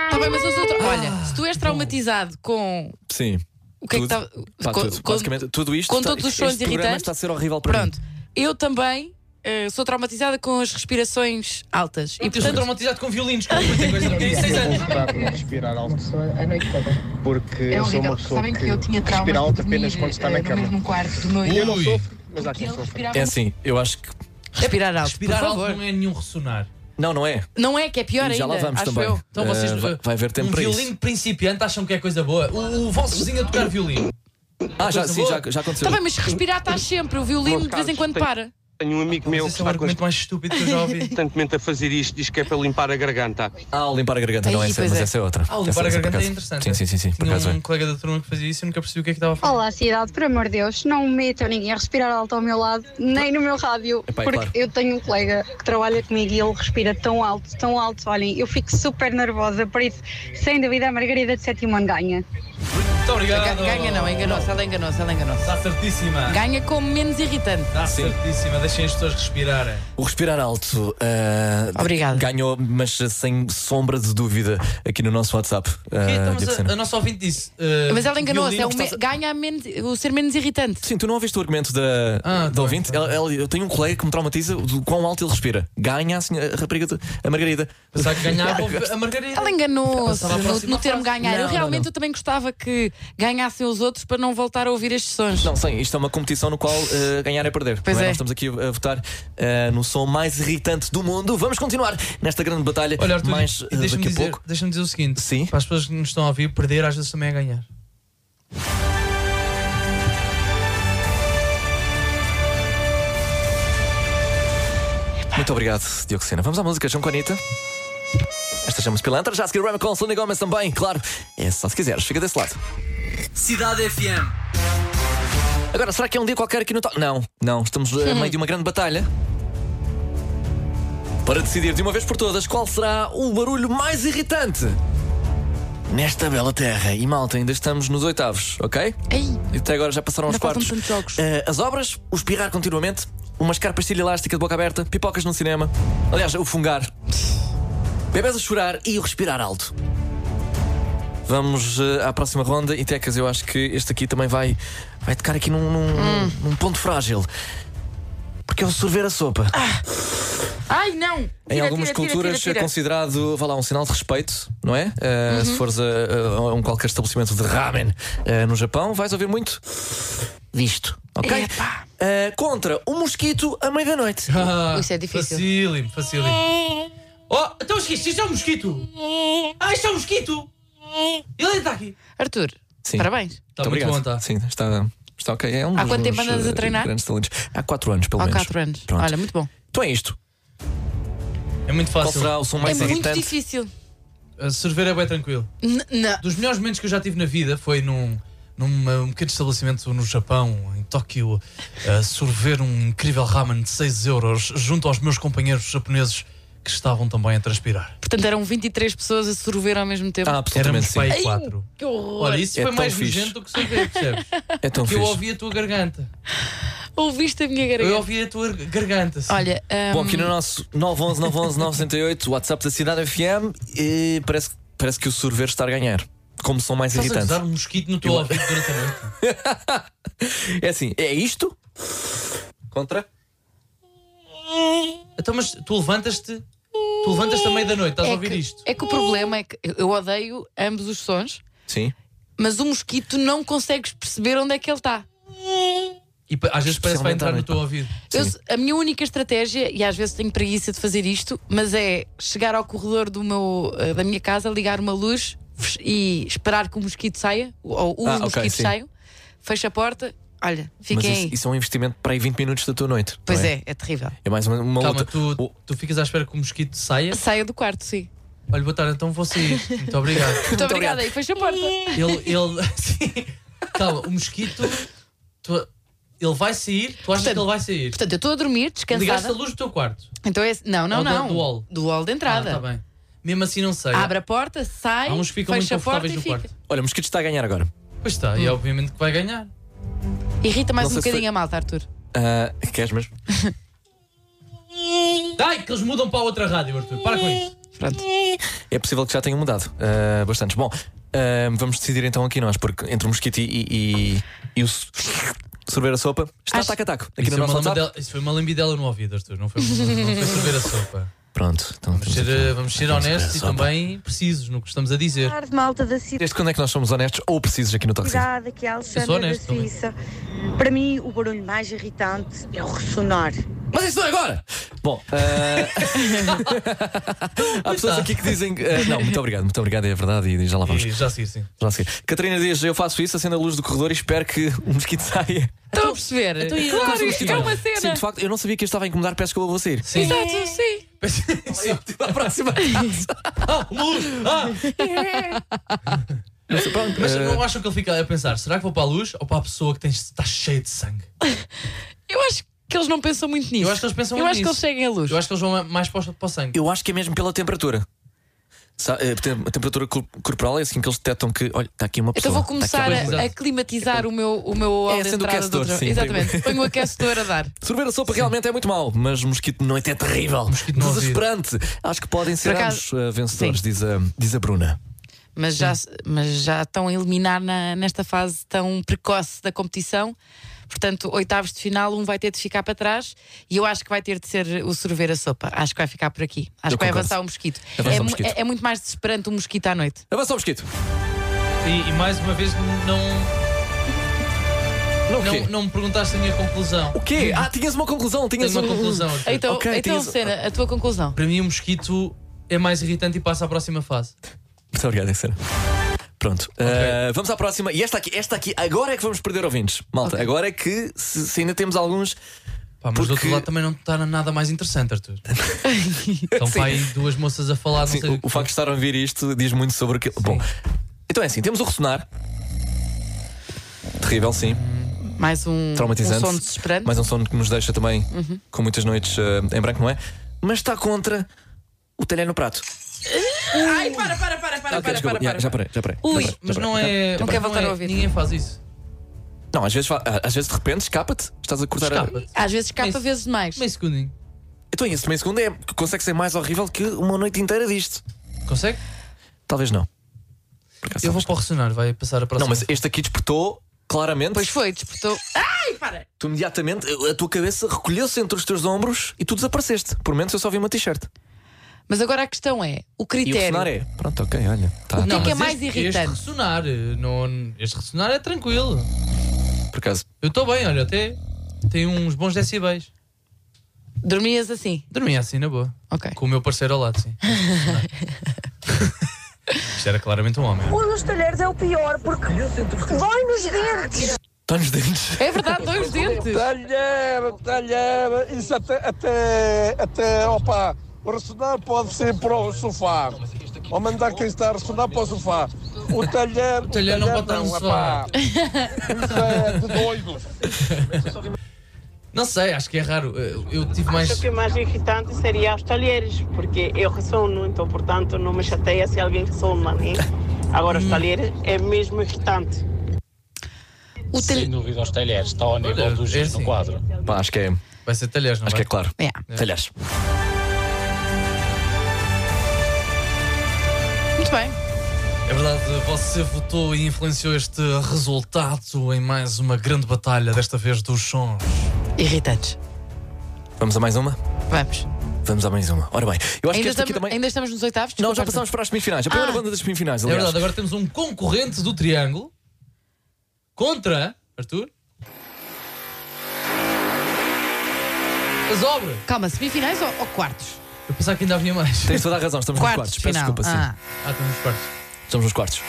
Tá bem, mas eu sou tra-
Ah.
Olha, se tu és traumatizado com.
Sim.
O que é
Tudo.
que tá-
Pá,
com-
tudo.
com-
Basicamente, tudo isto.
com
está-
todos os
este
sons
programa
irritantes.
está a ser horrível para
Pronto. Eu também eh, sou traumatizada com as respirações altas. E
Eu estou
portanto,
traumatizado com violinos, com coisa, tenho 6 anos.
um
respirar alto. Porque
É
eu sou
horrível.
uma pessoa
Sabem
que,
que eu tinha traumas
respira
de
alto apenas
dormir,
quando está
eh,
na
no
cama.
mesmo quarto do meu
E eu não
irmão.
sofro, mas há quem
ele
sofra.
respirava
mim. É assim, eu acho que.
respirar alto.
Respirar
por
alto
favor.
não é nenhum ressonar.
Não, não é.
Não é que é pior
E já
ainda.
lá vamos
acho
também.
eu.
Então
Eh,
vocês.
vai- vai haver tempo
um
para isso.
violino principiante acham que é coisa boa. O, o vosso vizinho a tocar violino.
Ah, já,
Coisa
sim,
boa.
já, já aconteceu.
Tá bem, mas respirar estás sempre. O violino de vez em quando para.
Tenho um amigo meu que está const-
é mais estúpido que eu já ouvi.
constantemente a fazer isto, diz que é para limpar a garganta.
Ah, o limpar a garganta, não é
Aí,
essa,
pois
mas
é.
essa é outra.
Ah, o
Essa-
limpar a
essa por
garganta é
acaso.
interessante.
Sim, sim, sim, sim. Por
Tinha
acaso
um
é.
colega da turma que fazia isso e eu nunca percebi o que é que estava a fazer.
Olá, cidade, por amor de Deus, não metam ninguém a respirar alto ao meu lado, nem no meu rádio,
Epá, é
porque
claro.
eu tenho um colega que trabalha comigo e ele respira tão alto, tão alto, olhem, eu fico super nervosa, por isso, sem dúvida, a Margarida de Sétimo Ano ganha.
Muito obrigado.
Ganha não, enganou-se, ela enganou-se, ela é enganou-se.
Está certíssima.
Ganha como menos irritante.
Está certíssima. Deixem as pessoas respirarem.
O respirar alto ah, ganhou, mas sem sombra de dúvida, aqui no nosso WhatsApp. ah,
Então,
Diogo
mas a,
Sena.
a nossa ouvinte disse. eh,
Mas ela enganou-se, é o
violino,
me-
estás a-
ganha a menos- o ser menos irritante.
Sim, tu não ouviste o argumento da, da ouvinte? Ela- ela- eu tenho um colega que me traumatiza do quão alto ele respira. Ganha a, senhora, a rapariga, de- a Margarida.
Pensava que ganhava a Margarida.
Ela enganou-se
Passava à
no,
próxima
no termo
fase.
ganhar. eu
assim, Não,
realmente
não, não.
Eu também gostava que ganhassem os outros para não voltar a ouvir estes sons.
Não, sim, isto é uma competição no qual eh, ganhar é perder.
Pois
não
é.
Nós estamos aqui a votar eh, no som mais irritante do mundo. Vamos continuar nesta grande batalha.
Olha, Arthur,
mais
e
eh,
deixa-me
daqui a
dizer,
pouco.
deixa-me dizer o seguinte:
Sim?
para as pessoas que nos estão a ouvir, perder às vezes também é ganhar.
Muito obrigado, Diogo Sena. Vamos à música, João Conita. Esta chama-se Pilantra. Já a seguir Rama com Selena Gomes também, claro. É só se quiseres, fica desse lado.
Cidade FM.
Agora, será que é um dia qualquer aqui no top? Não, não. Estamos eh, a meio de uma grande batalha. Para decidir de uma vez por todas qual será o barulho mais irritante nesta bela terra. E malta, ainda estamos nos oitavos, ok? E até agora já passaram os quartos. Eh, as obras, o espirrar continuamente, uma escarpastilha elástica de boca aberta, pipocas no cinema. Aliás, o fungar. Bebés a chorar e o respirar alto. Vamos eh, à próxima ronda. E Tecas, eu acho que este aqui também vai, vai tocar aqui num, num- num ponto frágil. Porque é o sorver a sopa.
Ai, não!
em algumas culturas é considerado, vá lá, um sinal de respeito, não é? Eh,
Uhum.
Se fores a, a- a um qualquer estabelecimento de ramen eh, no Japão, vais ouvir muito disto, ok? Eh, contra o mosquito à meia-noite.
Isso é difícil.
Ah, Facílimo, facílimo. Oh, então esqueci, isto é um mosquito! Ah, isto é um mosquito! Ele está aqui! Tá
Arthur,
Sim.
parabéns.
Muito obrigado. Sim, está, está ok. É um
Há
dos
quanto tempo
meus,
andas a
eh,
treinar?
grandes talentos. Há 4 anos, pelo
Há
menos.
quatro anos.
Pronto.
Olha, muito bom.
Então é isto.
É muito
Qual
fácil.
será o som
É
mais
muito
irritante?
difícil.
Uh, Sorver é bem tranquilo.
N- Não.
Dos melhores momentos que eu já tive na vida foi num, num um pequeno estabelecimento no Japão, em Tóquio, a sorver um incrível ramen de 6 euros junto aos meus companheiros japoneses que estavam também a transpirar.
Portanto, eram 23 pessoas a sorver ao mesmo tempo.
Ah, absolutamente, Éramos sim. pai e
Ai,
quatro.
Que horror.
Olha, isso
É
foi
tão
mais
fixe.
vigente do que sorver, percebes?
É tão
Porque eu
fixe.
ouvi a tua garganta.
Ouviste a minha garganta.
Eu ouvi a tua garganta. sim.
Olha, hum,
Bom, aqui no nosso 911 911 968, WhatsApp da Cidade FM, e parece, parece que o sorver está a ganhar. Como som mais
Estás a
irritante.
gozar um mosquito no teu
Eu-
ouvido durante a noite.
É assim, é isto? Contra?
Então, mas tu levantas-te, tu levantas-te à meia da noite, estás
é
a ouvir
que,
isto?
É que o problema é que eu eu odeio ambos os sons,
Sim.
mas o mosquito não consegues perceber onde é que ele está.
E pa- às vezes parece que vai
Especialmente à
entrar no
noite.
teu ouvido.
Eu- a minha única estratégia, e às vezes tenho preguiça de fazer isto, mas é chegar ao corredor do meu, eh, da minha casa, ligar uma luz fech- e esperar que o mosquito saia, ou os
Ah, ok,
mosquitos
sim.
saiam, fecho a porta, olha,
Mas
fiquem aí.
isso, isso é um investimento para aí 20 minutos da tua noite.
pois
não
é? é, terrível.
É mais uma, uma
Calma,
luta.
tu, tu ficas à espera que o mosquito saia.
Saia do quarto, sim.
Olha, boa tarde, então vou sair. Muito obrigado.
Muito, obrigada, aí fecho a porta.
Ele, ele, sim. Calma, o mosquito, tu- ele vai sair, tu achas que ele vai sair?
Portanto, eu estou a dormir,
Ligaste a
descansada.
luz do teu quarto.
Então é. Não, não,
Ou do-
não.
do hall?
Do hall de entrada.
Ah, tá bem. Mesmo assim, não sei.
Abre a porta, sai,
Há uns que ficam muito
fecha a porta
confortáveis
e
no
fica. Hum.
quarto.
Olha, o mosquito está a ganhar agora.
Pois está, e obviamente que vai ganhar.
Irrita mais
Não sei
um
se
bocadinho
foi-
a malta, Arthur.
Ah, queres mesmo?
Ai, que eles mudam para a outra rádio, Arthur. Para
Hum.
com isso.
Pronto.
É possível que já tenham mudado ah, bastantes. Bom, ah, vamos decidir então aqui nós, porque entre o mosquito e, e, e o s- sorver a sopa, está
Acho-
ataque-ataque. Aqui
isso,
no
foi
nosso
uma
WhatsApp.
lambidela- isso foi uma lambidela no ouvido, Arthur. Não foi, não foi sorver a sopa.
Pronto, então
Vamos
temos
ser,
aqui-
eh, vamos ser
temos que
honestos e
sopa.
também precisos no que estamos a dizer.
Boa tarde, malta da cidade.
Desde quando é que nós somos honestos ou precisos aqui no Toxic?
Aqui é a
Eu sou
Alexandra da
honesto também.
Suíça. Para mim, o barulho mais irritante é o ressonar.
Mas isso não é agora! Bom, ah, há pessoas aqui que dizem. que, ah, não, muito obrigado, muito obrigado, é verdade, e já lá vamos.
E já sei, sim.
Já a seguir. Catarina diz: Eu faço isso, acendo a luz do corredor e espero que o mosquito saia.
Estão a perceber?
então e-
claro,
como
isto
funciona?
é uma
Sim,
cena.
de facto, eu não sabia que isto estava a incomodar, peço que eu vou sair.
Sim.
Exato, sim.
A próxima casa.
Ah, uma luz! Ah!
Não sei, pronto,
Mas
eh,
não acham que ele fica a pensar, será que vou para a luz ou para a pessoa que tem, está cheia de sangue?
Eu acho que eles não pensam muito nisso.
Eu acho que eles pensam
Eu acho que
nisso.
eles seguem a luz.
Eu acho que eles vão mais para o, para o sangue.
Eu acho que é mesmo pela temperatura. Sa- eh, tem- A temperatura cor- corporal é assim que eles detectam que, olha, está aqui uma pessoa.
Então vou
está
começar
aqui alguma
a, a
coisa.
climatizar o meu, o meu
É
hall de
acendo o
entrada do
aquecedor,
outro.
sim,
Exatamente.
primeiro.
Ponho o aquecedor a dar.
Sorver a sopa realmente é muito mau, mas mosquito de noite é terrível.
Mosquito no ouvido.
Desesperante. Acho que podem ser
Por acaso-
ambos eh, vencedores,
Sim.
diz a, diz a Bruna.
Mas já, mas já estão a eliminar na- nesta fase tão precoce da competição. Portanto, oitavos de final, um vai ter de ficar para trás e eu acho que vai ter de ser o sorver a sopa. Acho que vai ficar por aqui. Acho
Eu
que vai
concordo.
avançar o mosquito.
Avança o
é, mu-
mosquito.
é- é muito mais desesperante o mosquito à noite.
Avança o mosquito.
E, e mais uma vez, não,
Não, o quê?
não, não me perguntaste a minha conclusão.
O quê? Ah, tinhas uma conclusão. Tinhas
Tenho uma
um-
conclusão. Arthur.
Então,
Ok,
então
tinhas-
Sena, a tua conclusão.
Para mim, o mosquito é mais irritante e passa à próxima fase.
Muito obrigado, Alexandra. Pronto, eh, vamos à próxima. E esta aqui, esta aqui, agora é que vamos perder ouvintes. Malta, agora é que se, se ainda temos alguns.
Pá, mas do outro lado também não está nada mais interessante, Arthur. Estão
Sim.
para aí duas moças a falar, não
Sim,
sei
o, o facto de estar a ouvir isto diz muito sobre o que. Bom, então é assim: temos o ressonar. Terrível, sim.
Mais um, um
Traumatizante.
som desesperante. Uhum.
Mais um sono que nos deixa também com muitas noites eh, em branco, não é? Mas está contra o talher no prato.
Ai, para, para, para, para,
Ok, desculpa, já- Já parei, já parei.
Ui,
já parei,
Mas
já
não
parei, já-
é.
já
Não
parei.
quer voltar
não é-
a ouvir.
Ninguém faz isso.
Não, às vezes, fa- às vezes de repente escapa-te, estás a cortar a.
Escapa-te.
Às vezes escapa,
Mas-
vezes demais.
Meio um segundinho.
Então, esse meio segundo é, consegue ser mais horrível que uma noite inteira disto.
Consegue?
Talvez não. Por acaso
Eu vou
talvez
para o ressonar, vai passar a
não. Não,
próxima.
mas este aqui despertou claramente.
Pois foi, despertou. Ai, para!
Tu imediatamente, eh, a tua cabeça recolheu-se entre os teus ombros e tu desapareceste. Por menos eu só vi uma t-shirt.
Mas agora a questão é:
E
o
o
critério.
sonar é. Pronto, ok, olha. Tá.
que é que é
mas
mais
este-
irritante?
Este ressonar, eh, não, este ressonar é tranquilo.
tá, Por acaso.
Eu estou bem, olha, até tenho uns bons decibéis.
Dormias assim?
Dormi assim na boa.
Ok.
Com o meu parceiro ao lado, sim. Isto era claramente um homem.
O dos talheres é o pior porque dói nos dentes.
Está
Tá
nos dentes.
É verdade, dói os dentes.
Talhera, talhera, isso até, até, até, opa, o ressonar pode ser para o sofá. Ou mandar quem está a ressonar para o sofá. O talher, o
talher não um pode estar no sofá.
epá. Isso é de doidos.
Não sei, acho que é raro. Eu, eu tive
Acho
mais.
que o mais irritante seria os talheres, porque eu ressono, então, portanto, não me chateia se alguém ressona, né? Agora,
Hum.
os talheres é mesmo irritante.
Sem dúvida, os talheres está ao nível dos giz no quadro.
Pá, acho que é.
Vai ser talheres, não
Acho que
vai?
é claro.
É.
Talheres.
Muito bem.
É verdade, você votou e influenciou este resultado em mais uma grande batalha, desta vez dos sons. É
Irritantes.
Vamos a mais uma?
Vamos.
Vamos a mais uma. Ora bem, eu acho que
Ainda,
esta aqui
estamos,
também.
ainda estamos nos oitavos?
Não,
Desculpa,
já passámos para as semifinais. A
Ah.
primeira banda das semifinais,
É
aliás.
verdade, agora temos um concorrente do Triângulo contra Arthur Sobre!
Calma, semifinais ou, ou quartos?
Eu pensava que ainda havia mais.
Tens toda a razão, estamos nos
Quartos,
quartos. Peço
final.
desculpa, sim.
Ah.
Ah, estamos nos quartos.
Estamos nos quartos.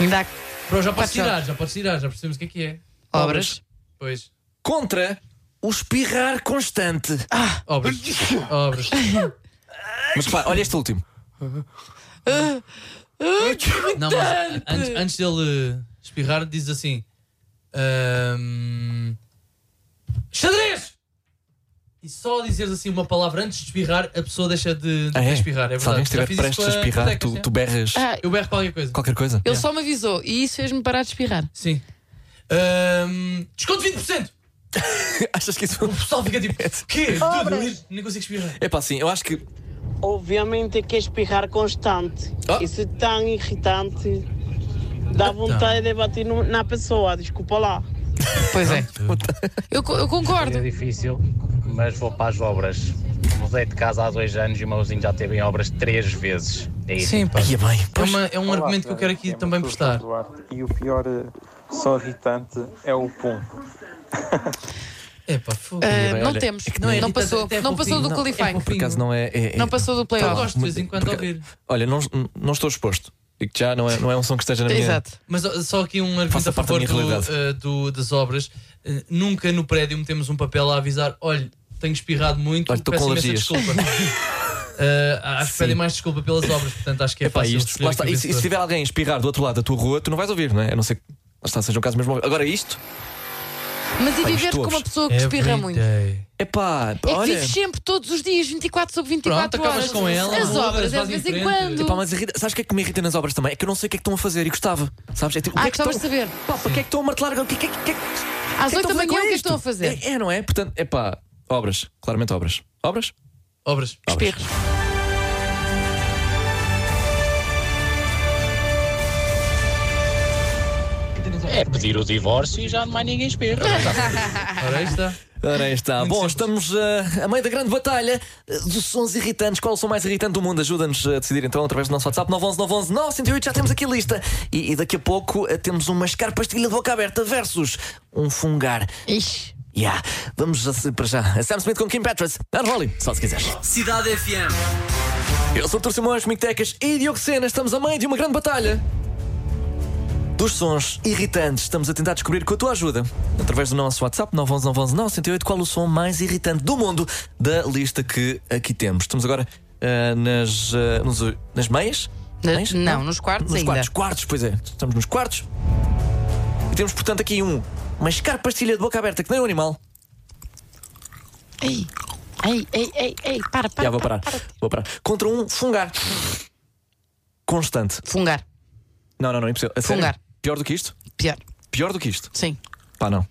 Ainda há
Pronto, já podes
Quartos
tirar,
jogos.
já podes tirar, já percebemos o que é que é.
Obras.
Pois.
Contra o espirrar constante.
Obras. Obras.
Mas repara, olha este último.
Não, mas antes, antes dele espirrar, diz assim: ahm, Xadrez! E só dizeres assim uma palavra antes de espirrar, a pessoa deixa de, de
Ah, é?
espirrar. É
Se alguém
verdade. Já
estiver
fiz isso
prestes
com
a espirrar, tu, tu berras
Ah,
Eu berro qualquer coisa.
qualquer coisa?
ele só me avisou e isso fez-me parar de espirrar.
Sim. Ahm, desconto 20%!
Achas que isso. um
O pessoal fica tipo: Quê? Tudo?
Obras.
Nem consigo espirrar.
É pá, sim, eu acho que.
Obviamente que é espirrar constante. Isso é tão irritante. Dá vontade de bater no- na pessoa, desculpa lá.
Pois é. Eu, co- eu concordo.
É difícil, mas vou para as obras. Mudei de casa há dois anos e o meuzinho já teve em obras três vezes. É isso.
Sim, pá.
Aí é bem.
É, uma- é um argumento que eu quero aqui também prestar.
E o pior eh, só irritante é o pum.
É pá, fogo.
Ah,
bem,
não
olha,
temos.
é que
não,
não é
passou.
irritante, é
não passou
fofinho.
do
Não, é
qualifying.
Por acaso não é. é- é-
Não passou do
Eu
playoff.
gosto de vez em quando de
Porque-
ouvir.
Olha, não, não estou exposto. Digo já não é, não é um som que esteja na minha.
Exato.
Mas ó, só aqui um argumento
Faça
a
parte da
favor
minha
do,
realidade.
eh, do- das obras. Eh, nunca no prédio metemos um papel a avisar: olha, tenho espirrado muito,
Olha, tô
peço
com
imensa
alergias."
desculpa. Eh, acho que
Sim.
pedem mais desculpa pelas obras, portanto acho que é
Epá,
fácil.
isto,
escolher
lá está,
aqui
e se
o
e se
vencedor.
tiver alguém a espirrar do outro lado da tua rua, tu não vais ouvir, não é? A não ser que lá está, seja um caso mesmo. Agora isto,
Mas e
Pá,
viver
isto
com uma
ouves.
É
pessoa que espirra
Every
muito?
day.
epá,
É que
olha.
vives sempre, todos os dias, 24 sobre 24
Pronto, acabas
horas.
com ela,
As
mudas,
obras é
vais
de
em
vez em
frente.
quando.
Epá, mas irrita, sabes o que é que me irrita nas obras também? É que eu não sei o que é que estão a fazer e gostava. Sabes? É tipo, o
Ah,
que é que
gostavas de
estão-
saber.
Pá, para que é que estão a martelar? agora? O que, que, que, que,
Às
que é que estão a
8 da
fazer
manhã,
com
o que é que
isto?
estão a fazer?
É, é, não é? Portanto, é pá, obras, claramente obras. Obras?
Obras.
Espirros.
É pedir o divórcio e já não há ninguém espera.
Ora, aí está.
Ora aí está. Bom, estamos eh, a meio da grande batalha eh, dos sons irritantes. Qual o som mais irritante do mundo? Ajuda-nos a decidir então através do nosso WhatsApp 911 911 908. Já temos aqui a lista. E, e daqui a pouco eh, temos um mascar pastilha de boca aberta versus um fungar.
Ixi.
Yeah. Vamos a se- para já. A Sam Smith com Kim Petras. Unholy, só se quiseres.
Cidade FM.
Eu sou o Dr. Simões, Mictecas e Diogo Sena. Estamos a meio de uma grande batalha. Dos sons irritantes, estamos a tentar descobrir com a tua ajuda, através do nosso WhatsApp 911-911-908, qual o som mais irritante do mundo da lista que aqui temos. Estamos agora ah, nas, ah, nos, nas meias?
Na-
Meias?
não, nos quartos
Nos
ainda.
quartos, quartos, pois é. Estamos nos quartos. E temos, portanto, aqui um mascar pastilha de boca aberta, que nem um animal.
Ei, ei, ei, ei, ei, para, para.
Já vou parar, vou parar. Contra um fungar. Constante.
Fungar,
Não, não, não, impossível. A sério?
Fungar.
Pior do que isto?
pior.
Pior do que isto?
Sim.
Pá, não.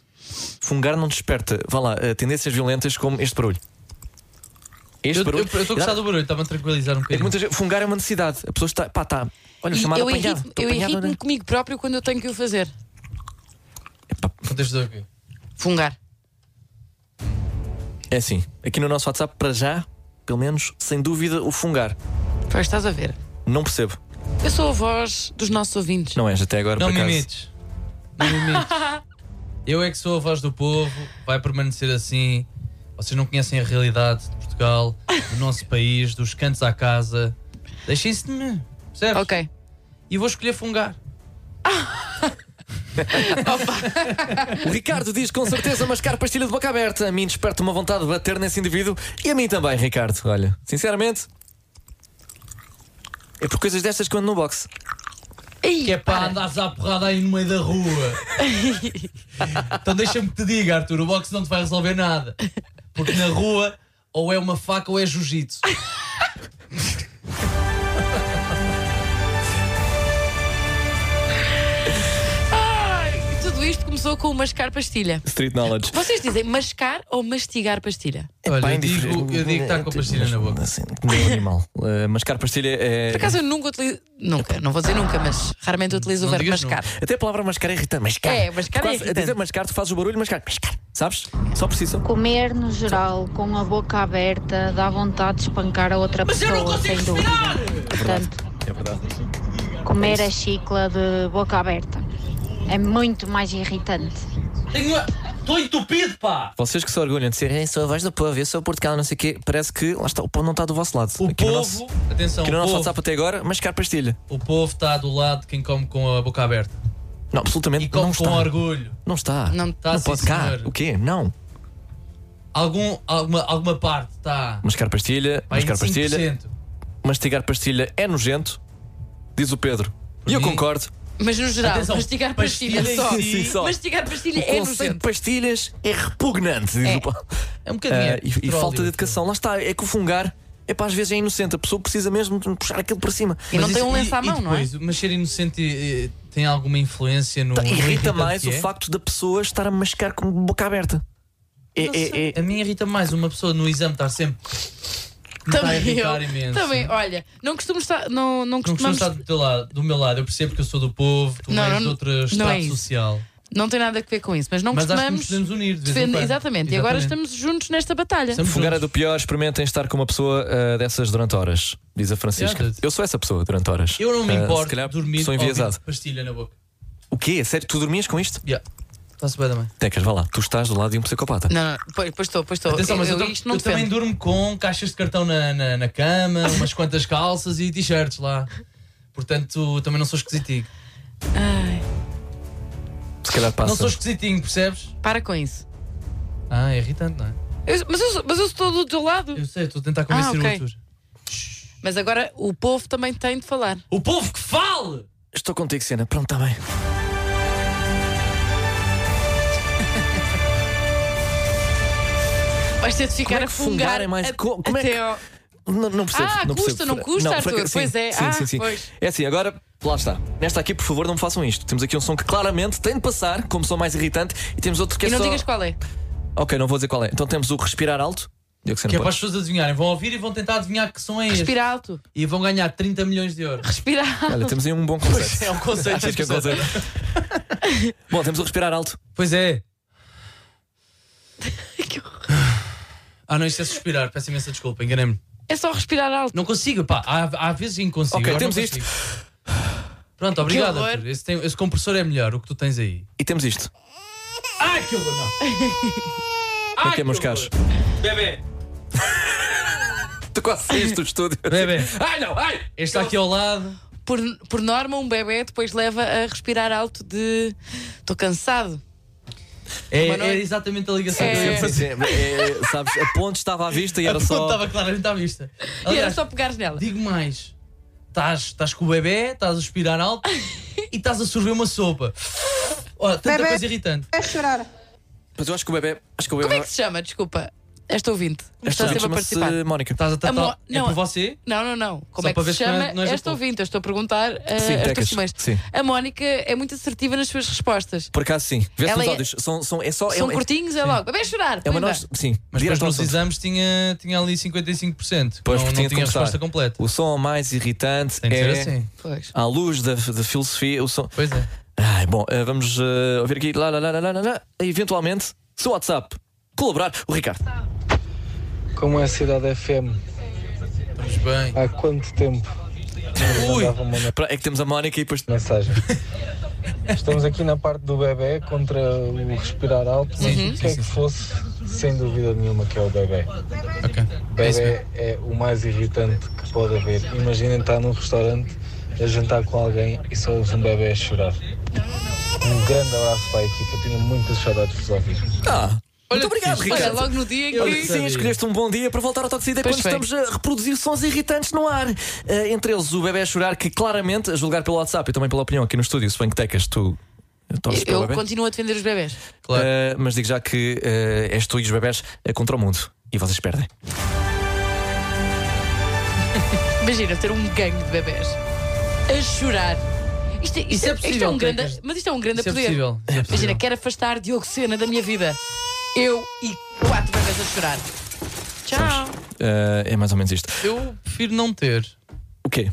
Fungar não desperta, vá lá, eh, tendências violentas como este barulho. Este
Eu eu- eu
barulho.
estou a gostar do barulho, está-me a tranquilizar um
É que
bocadinho.
muita gente- fungar é uma necessidade. A pessoa está. Pá, está. Olha,
E
chamada
eu
apanhada.
irrito-
Estou
eu
apanhada,
irrito-me
né?
comigo próprio quando eu tenho que o fazer.
Contexto do quê?
Fungar.
É assim. Aqui no nosso WhatsApp, para já, pelo menos, sem dúvida, o fungar.
Pois estás a ver.
Não percebo.
Eu sou a voz dos nossos ouvintes.
Não és até agora,
Não
por
me
acaso.
imites. Não me imites. Eu é que sou a voz do povo, vai permanecer assim. Vocês não conhecem a realidade de Portugal, do nosso país, dos cantos à casa. Deixem-se de mim, certo?
Ok.
E vou escolher fungar.
O Ricardo diz com certeza mascar pastilha de boca aberta. A mim desperta uma vontade de bater nesse indivíduo e a mim também, Ricardo. Olha, sinceramente. É por coisas destas que eu ando no boxe.
que é para andares à porrada aí no meio da rua. então deixa-me que te diga, Arthur, o boxe não te vai resolver nada. Porque na rua ou é uma faca ou é jiu-jitsu.
Ai, tudo isto começou com o mascar pastilha.
Street knowledge.
Vocês dizem mascar ou mastigar pastilha?
Olha,
eu digo- eu digo que está com a pastilha na boca.
É Assim, como um animal. Eh, mascar pastilha é.
Por acaso eu nunca utilizo. Nunca, não vou dizer nunca, mas raramente utilizo o
Não
verbo
digas
mascar.
Até a palavra mascar é irritante. Mascar.
É, mascar é
Quase- A dizer
irritante.
mascar, tu fazes o barulho, mascar. Mascar. Sabes? Só precisa.
Comer no geral com a boca aberta dá vontade de espancar a outra pessoa, sem dúvida. Portanto,
É verdade.
comer a chicla de boca aberta é muito é mais irritante.
Tenho uma- Estou entupido, pá!
Vocês que se orgulham de serem, "Ei, sou a voz do povo, eu sou Portugal, não sei o quê, parece que lá está, o povo não está do vosso lado. O
povo- atenção,
aqui no
o
nosso
povo-
WhatsApp até agora, mas cá pastilha.
O povo está do lado de quem come com a boca aberta.
Não, absolutamente
e come
não
com
está.
orgulho.
Não está.
Não está, sim,
pode cá.
senhor.
O quê? Não.
Algum, alguma, alguma parte está.
Mascar pastilha,
Vai,
mascar pastilha.
25%.
Mastigar pastilha é nojento, diz o Pedro. e eu concordo.
Mas no geral,
Atenção,
mastigar pastilha,
pastilha em
só.
si- Sim, só.
Mastigar
O
pastilha é
conceito de
nojento.
pastilhas é repugnante, diz
É.
o Paulo.
É um bocadinho, é
Ah, e- e,
petróleo,
falta de educação. Lá está, é que o fungar é para às vezes é inocente. A pessoa precisa mesmo de puxar aquilo para cima.
Mas
um
isso- e- e
é?
depois, Mas ser inocente eh, tem alguma influência no.
Tá,
no
irrita
irritante
mais
que
o
é?
facto da pessoa estar a mascar com boca aberta. É,
Não sei. É A mim irrita mais uma pessoa no exame estar sempre. Me está a
Também
irritar
eu.
imenso.
Também, olha, não costumo estar. Não, não
Não costumo
costumamos.
estar do, teu lado, do meu lado, eu percebo que eu sou do povo, tu
Não,
és
não-
de outro
não é
estado
isso.
social.
Não tem nada a ver com isso, mas não
Mas acho que
costumamos.
nos podemos unir de vez em
defender-
quando.
Exatamente, e agora
Exatamente.
estamos juntos nesta batalha.
Fungar é do pior, experimentem estar com uma pessoa ah, dessas durante horas, diz a Francisca.
Yeah, dude.
eu sou essa pessoa durante horas.
Eu não me
Ah, se
importo
calhar
dormir
Sou enviesado.
ouvindo pastilha na boca.
O quê? Sério? Tu dormias com isto?
Está-se bem também.
Tecas, vá lá. Tu estás do lado de um psicopata.
Não, não, pois pois estou, pois estou.
Atenção, mas eu,
eu,
tam-
isto não
eu também
defendo.
durmo com caixas de cartão na, na, na cama, umas quantas calças e t-shirts lá. Portanto, também não sou esquisitinho.
Se calhar passa.
Não sou esquisitinho, percebes?
Para com isso.
Ah, é irritante, não é?
Eu- mas, eu, sou- mas eu estou do teu lado.
Eu sei, estou a tentar convencer
Ah, ok.
o Arthur.
Mas agora o povo também tem de falar.
O povo que fale!
Estou contigo, Cena. Pronto, está bem.
Vais ter de ficar
Como é
a
que
fungar.
fungar é mais-
a-
co- como é
até
que-
ao-
Não, não percebo.
Ah,
não
custa,
percebo.
não custa,
por
Arthur?
acaso-
Pois
sim,
é.
Sim,
Ah,
sim, sim.
pois.
É assim, agora, lá está. Nesta aqui, por favor, não me façam isto. Temos aqui um som que claramente tem de passar, como som mais irritante, e temos outro que
E
é
não
só.
digas qual é.
Ok, não vou dizer qual é. Então temos o respirar alto. Diogo Sena
Que é para
Pode.
as pessoas adivinharem. Vão ouvir e vão tentar adivinhar que som é este.
Respira alto.
E vão ganhar 30 milhões de euros.
Respira alto.
Olha, temos aí um bom conceito.
É um conceito,
Acho que é um conceito. bom, temos o respirar alto.
Pois é. Ah, não, isto é suspirar. Peço imensa desculpa, enganei-me.
É só respirar alto.
Não consigo, pá. Há, há vezes em que consigo.
Ok,
agora não
temos
consigo. Pronto, obrigado.
horror.
Arthur. Esse, tem- esse compressor é melhor, o que tu tens aí.
E temos isto.
Ai, que horror, não.
Como é que é, meus caros?
Bebê.
Tu quase saíste do estúdio.
Bebê.
Ai, não, ai!
Este está aqui ao lado.
Por, por norma, um bebê depois leva a respirar alto de. Estou cansado.
É,
Mas não é-
era exatamente a ligação que eu ia
É,
fazer.
é, sabes, a ponte estava à vista e era
a ponte
só.
estava claramente à vista.
e era
Aliás,
só pegares nela.
digo mais. Estás estás com o bebê, estás a respirar alto e estás a sorver uma sopa. Olha, tanta
Bebê.
coisa irritante.
É chorar.
Mas eu acho que o bebê. Acho que o bebê.
Como é que se chama? Desculpa. Esta ouvinte. Está
Esta
sempre a
chama-se
participar.
Mónica.
Estás a
A Mo-
tratar. É
não,
por você?
Não, não, não. Como
Só
é
para
que se
ver se não é-
chama
não és do
esta
povo.
ouvinte? Eu estou a perguntar uh,
Sim,
as
Tecas,
testemunhas.
sim.
A Mónica é muito assertiva nas suas respostas.
Por acaso sim. Vê-se
Ela
nos
é-
áudios. São, são, é
Oh,
só, é
São
um-
curtinhos, é logo. Bebê chorar.
É uma
pimba.
nós. Sim,
Mas depois
direto ao
nos
assunto.
exames tinha, tinha ali 55%.
Pois,
não,
porque
não
tinha
tinha,
de
a
começar.
resposta completa.
O som mais irritante
Tem que
é.
ser assim.
Pois.
À luz da, da filosofia, o som.
Pois é.
Ai, bom, eh, vamos eh, ouvir aqui. Lá, lá, lá, lá, lá, lá, lá. Eventualmente, se o WhatsApp colaborar, o Ricardo.
Como é a cidade FM?
Estamos bem.
Ah,
Há quanto tempo?
Ui! Espera, É que temos a Mónica e depois.
Mensagem. Estamos aqui na parte do bebê contra o respirar alto, mas
Sim,
o
sim,
que é que fosse, sem dúvida nenhuma, que é o bebê.
Ok.
Bebê é o mais irritante que pode haver. Imaginem estar num restaurante a jantar com alguém e só ouves um bebê a chorar. Um grande abraço para a equipa, tinha muitas saudades de vos ouvir.
Ah!
Olha,
Muito obrigado,
olha,
Ricardo.
logo no dia em
Olha,
que-
Sim, escolheste um bom dia para voltar ao Toxida
Pois
quando
foi.
estamos a reproduzir sons irritantes no ar. Eh, entre eles, o bebê a chorar, que claramente, a julgar pelo WhatsApp e também pela opinião aqui no estúdio, se bem que tecas, tu eh, torces para o
Eu
bebê.
continuo a defender os bebés.
Eh, mas digo já que eh, és tu e os bebés eh, contra o mundo. E vocês perdem.
Imagina ter um gangue de bebés a chorar. Isto, isto
Isso é
isto
possível,
um grande,
Tecas.
mas isto é um grande
Isso é
poder.
possível, isso é possível.
Imagina, quero afastar Diogo Sena da minha vida. Eu e quatro bebés a chorar. Tchau.
Eh, é mais ou menos isto.
Eu prefiro não ter.
O quê?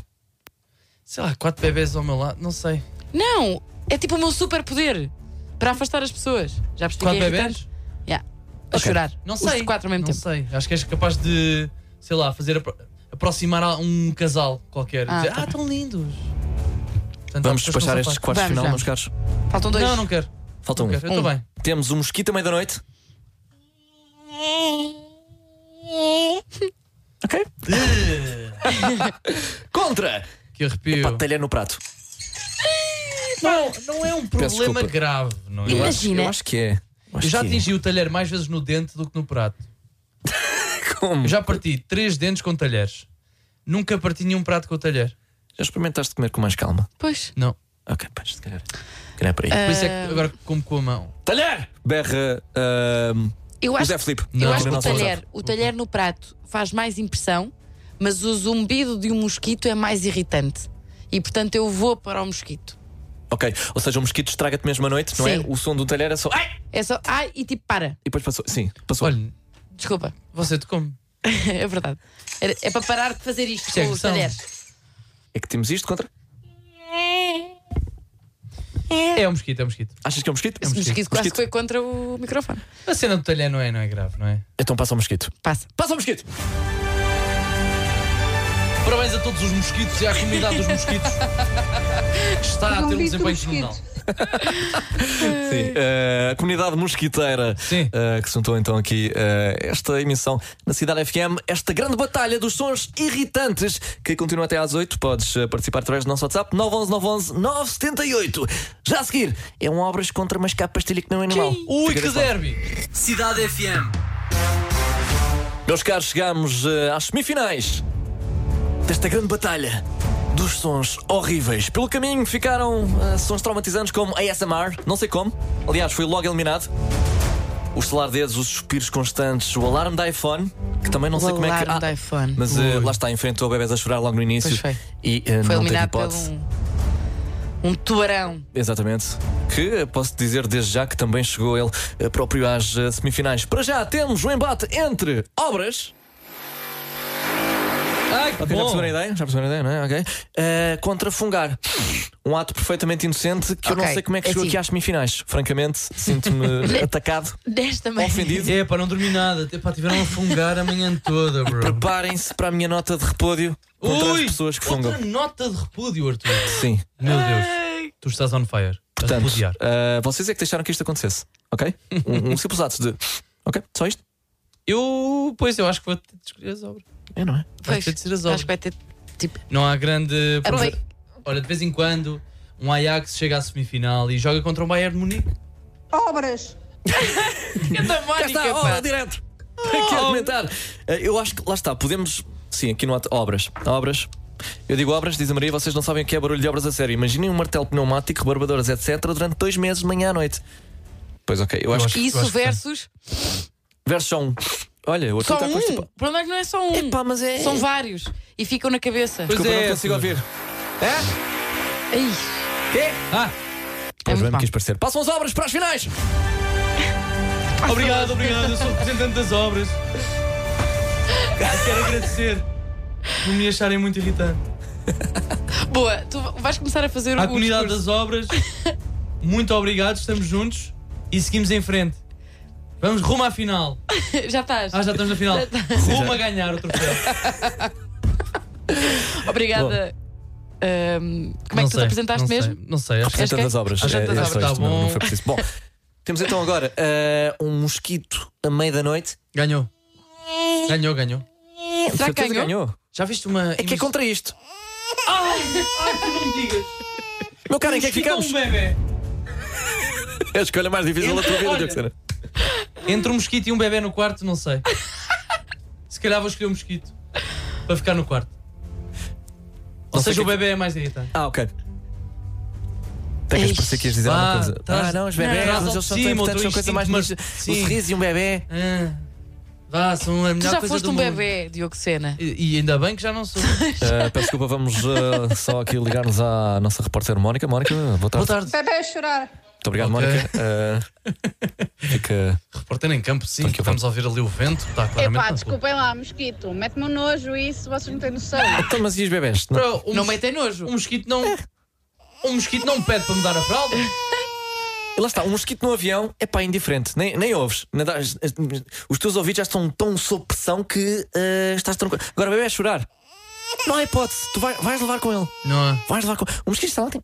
Sei lá, quatro bebés ao meu lado, não sei.
Não, é tipo o meu superpoder para afastar as pessoas. Já percebi
Quatro
que é
bebés?
irritante? Yeah. A chorar.
Não
Os
sei.
quatro ao mesmo
não
tempo.
sei. Acho que és capaz de, sei lá, fazer apro- aproximar a um casal qualquer.
Ah,
dizer,
tá
ah tão lindos. Portanto, há
Vamos
pessoas que
despachar
não
estes
são
quartos de
fáceis.
final, meus caros.
Faltam dois.
Não, não quero.
Falta
Não
um.
quero, eu tô bem.
Temos um mosquito à meia-noite. Ok. Contra.
Que arrepio.
Epá, talher no prato.
Não, não é um
Peço
problema
desculpa.
grave, não é?
Eu acho- Imagina. eu acho que é.
Eu
acho
já
que é.
atingi o talher mais vezes no dente do que no prato.
Como?
Eu já parti três dentes com talheres. Nunca parti nenhum prato com talher.
Já experimentaste comer com mais calma?
Pois.
Não.
Ok, pois, se calhar. se calhar é por aí.
Por isso é que agora como com a mão.
Talher! Berra. ah, ahm,
Eu
o
acho-
Zé Filipe.
Eu acho que o talher, o talher no prato faz mais impressão, mas o zumbido de um mosquito é mais irritante. E portanto eu vou para o mosquito.
Ok, ou seja, o mosquito estraga-te mesmo à noite, não é?
Sim.
O som do talher é só. Ai!
É só. Ai, e tipo, para.
E depois passou. Sim, passou.
Olha,
Desculpa.
Você te come.
é verdade. Era- É, para parar de fazer isto
Isto é
com o
agressão.
talher.
É que temos isto contra?
É um mosquito, é um mosquito.
Achas que é um mosquito?
É um
Mosquito, quase foi contra o microfone.
A cena do talher não é, não é grave, não é?
Então passa o mosquito.
Passa.
Passa o mosquito!
Parabéns a todos os mosquitos e à comunidade dos mosquitos. Está a ter um desempenho fenomenal.
Sim. eh, a comunidade mosquiteira eh, que se juntou então aqui eh, esta emissão na Cidade FM, esta grande batalha dos sons irritantes que continua até às 8. Podes eh, participar através do nosso WhatsApp 911 911 978. Já a seguir, é um obras contra umas capas de pastilha que não é normal.
Ui,
Fica
que
desse lado.
derby!
Cidade FM.
Meus caros, chegamos eh, às semifinais desta grande batalha dos sons horríveis. Pelo caminho ficaram eh, sons traumatizantes como ASMR, não sei como, aliás, foi logo eliminado. O estalar de dedos, os suspiros constantes, o alarme da iPhone, que também não
O
sei como é que.
alarme da iPhone.
Mas eh,
Ui.
lá está, enfrentou bebés a chorar logo no início
Pois foi.
e eh, não
Foi
teve
eliminado por
hipótese.
um, um tubarão.
Exatamente. Que eh, posso dizer desde já que também chegou ele eh, próprio às eh, semifinais. Para já temos o embate entre obras.
Ai, que
Ok, já
bom.
perceberam a ideia? Já perceberam a ideia, não é? Ok. Eh, contra fungar. Um ato perfeitamente inocente que eu não
Ok,
sei como é que
é
chegou
assim.
aqui às semifinais. Francamente, sinto-me atacado.
Desta maneira.
Ofendido.
É, para não dormir nada. Epá, tiveram a fungar a manhã toda, bro.
Preparem-se para a minha nota de repúdio contra
Ui,
as pessoas que fungam.
Outra nota de repúdio, Arthur.
Sim.
Meu Deus. Tu estás on fire. Estás a
Portanto,
repudiar.
eh, vocês é que deixaram que isto acontecesse, ok? Um, um simples ato de. Ok, só isto?
Eu, pois, eu acho que vou ter de escolher as obras.
É, não é?
Vai ter de ser as
acho
obras.
que vai ter. Tipo,
Não há grande.
Ah,
Por
bem.
exemplo, Olha, de vez em quando, um Ajax chega à semifinal e joga contra um Bayern de Munique.
Obras!
Cá está, obra direto. Quer comentar? Eh, Eu acho que lá está, podemos. Sim, aqui no ato. Obras. Obras. Eu digo obras, diz a Maria, vocês não sabem o que é barulho de obras a sério. Imaginem um martelo pneumático, rebarbadoras, etc., durante dois meses de manhã à noite. Pois ok, eu, acho que.
isso versus.
Verso só um. Olha, tá o outro
Só
está
um?
constipado.
O problema é que não é só um. São vários. E ficam na cabeça.
Desculpa, não consigo ouvir. É?
Ai, É
Quê?
Ah!
Pois bem, me quis parecer. Passam as obras para as finais!
Obrigado, obrigado. Eu sou representante das obras. Quero agradecer por me acharem muito irritante.
Boa, tu vais começar a fazer
À
o
comunidade
discurso.
das obras, muito obrigado. Estamos juntos e seguimos em frente. Vamos rumo à final.
Já estás.
Ah, já estamos na final.
Já tá.
Rumo a ganhar o troféu.
Obrigada. Ahm, como é que tu
Não
te
sei,
apresentaste
não sei,
mesmo?
não sei. acho que-
Representante das obras.
Acho que
É,
das
é
obras
só
está
isto, não-
bom.
não foi preciso. Bom, temos então agora eh, um mosquito a meio da noite.
Ganhou.
Hum.
Ganhou, ganhou.
Será que
Certeza
ganhou?
Já viste uma.
É que é contra isto.
Ai, ai, tu não me digas.
Meu cara, em que é que
Mosquito ou
ficamos?
Um bebê.
É a escolha mais difícil da tua vida,
Olha.
Diogo Sena.
Entre um mosquito e um bebê no quarto, não sei. Se calhar vou escolher um mosquito para ficar no quarto. Ou
Não sei
seja, o
que-
bebê é mais irritante.
Ah, ok. Até que parecia que ias dizer alguma coisa.
traz-
ah, não, os bebés,
traz
eles são tão
autoestima,
importantes, são coisa mais.
autoestima,
Mas... Um
sim.
sorriso e um bebê.
Ah, vá, são a melhor
Tu já
coisa
foste
do
um
mundo.
bebê, Diogo Sena.
E, e ainda bem que já não sou.
Ah, peço desculpa, vamos ah, só aqui ligar-nos à nossa repórter Mónica. Mónica, boa tarde.
Boa tarde.
Bebê a chorar.
Muito obrigado,
Ok.
Mónica. Ah, fica.
Repórter em campo, sim. que Estamos a ouvir ali o vento. Está claramente.
Epá,
na rua.
desculpem lá, mosquito, mete-me um nojo isso, vocês não têm noção.
Então, mas e os bebés?
Bro, um
Não
mos-
metem nojo.
Um mosquito não. Um mosquito não pede para mudar a fralda.
Lá está, um mosquito no avião é pá, indiferente, nem, nem ouves. Nem dás- os teus ouvidos já estão tão sob pressão que ah, estás tranquilo. Agora, bebê, a chorar. Não há hipótese, tu vai- vais levar com ele.
Não é?
Vais levar com. O mosquito está lá, tem.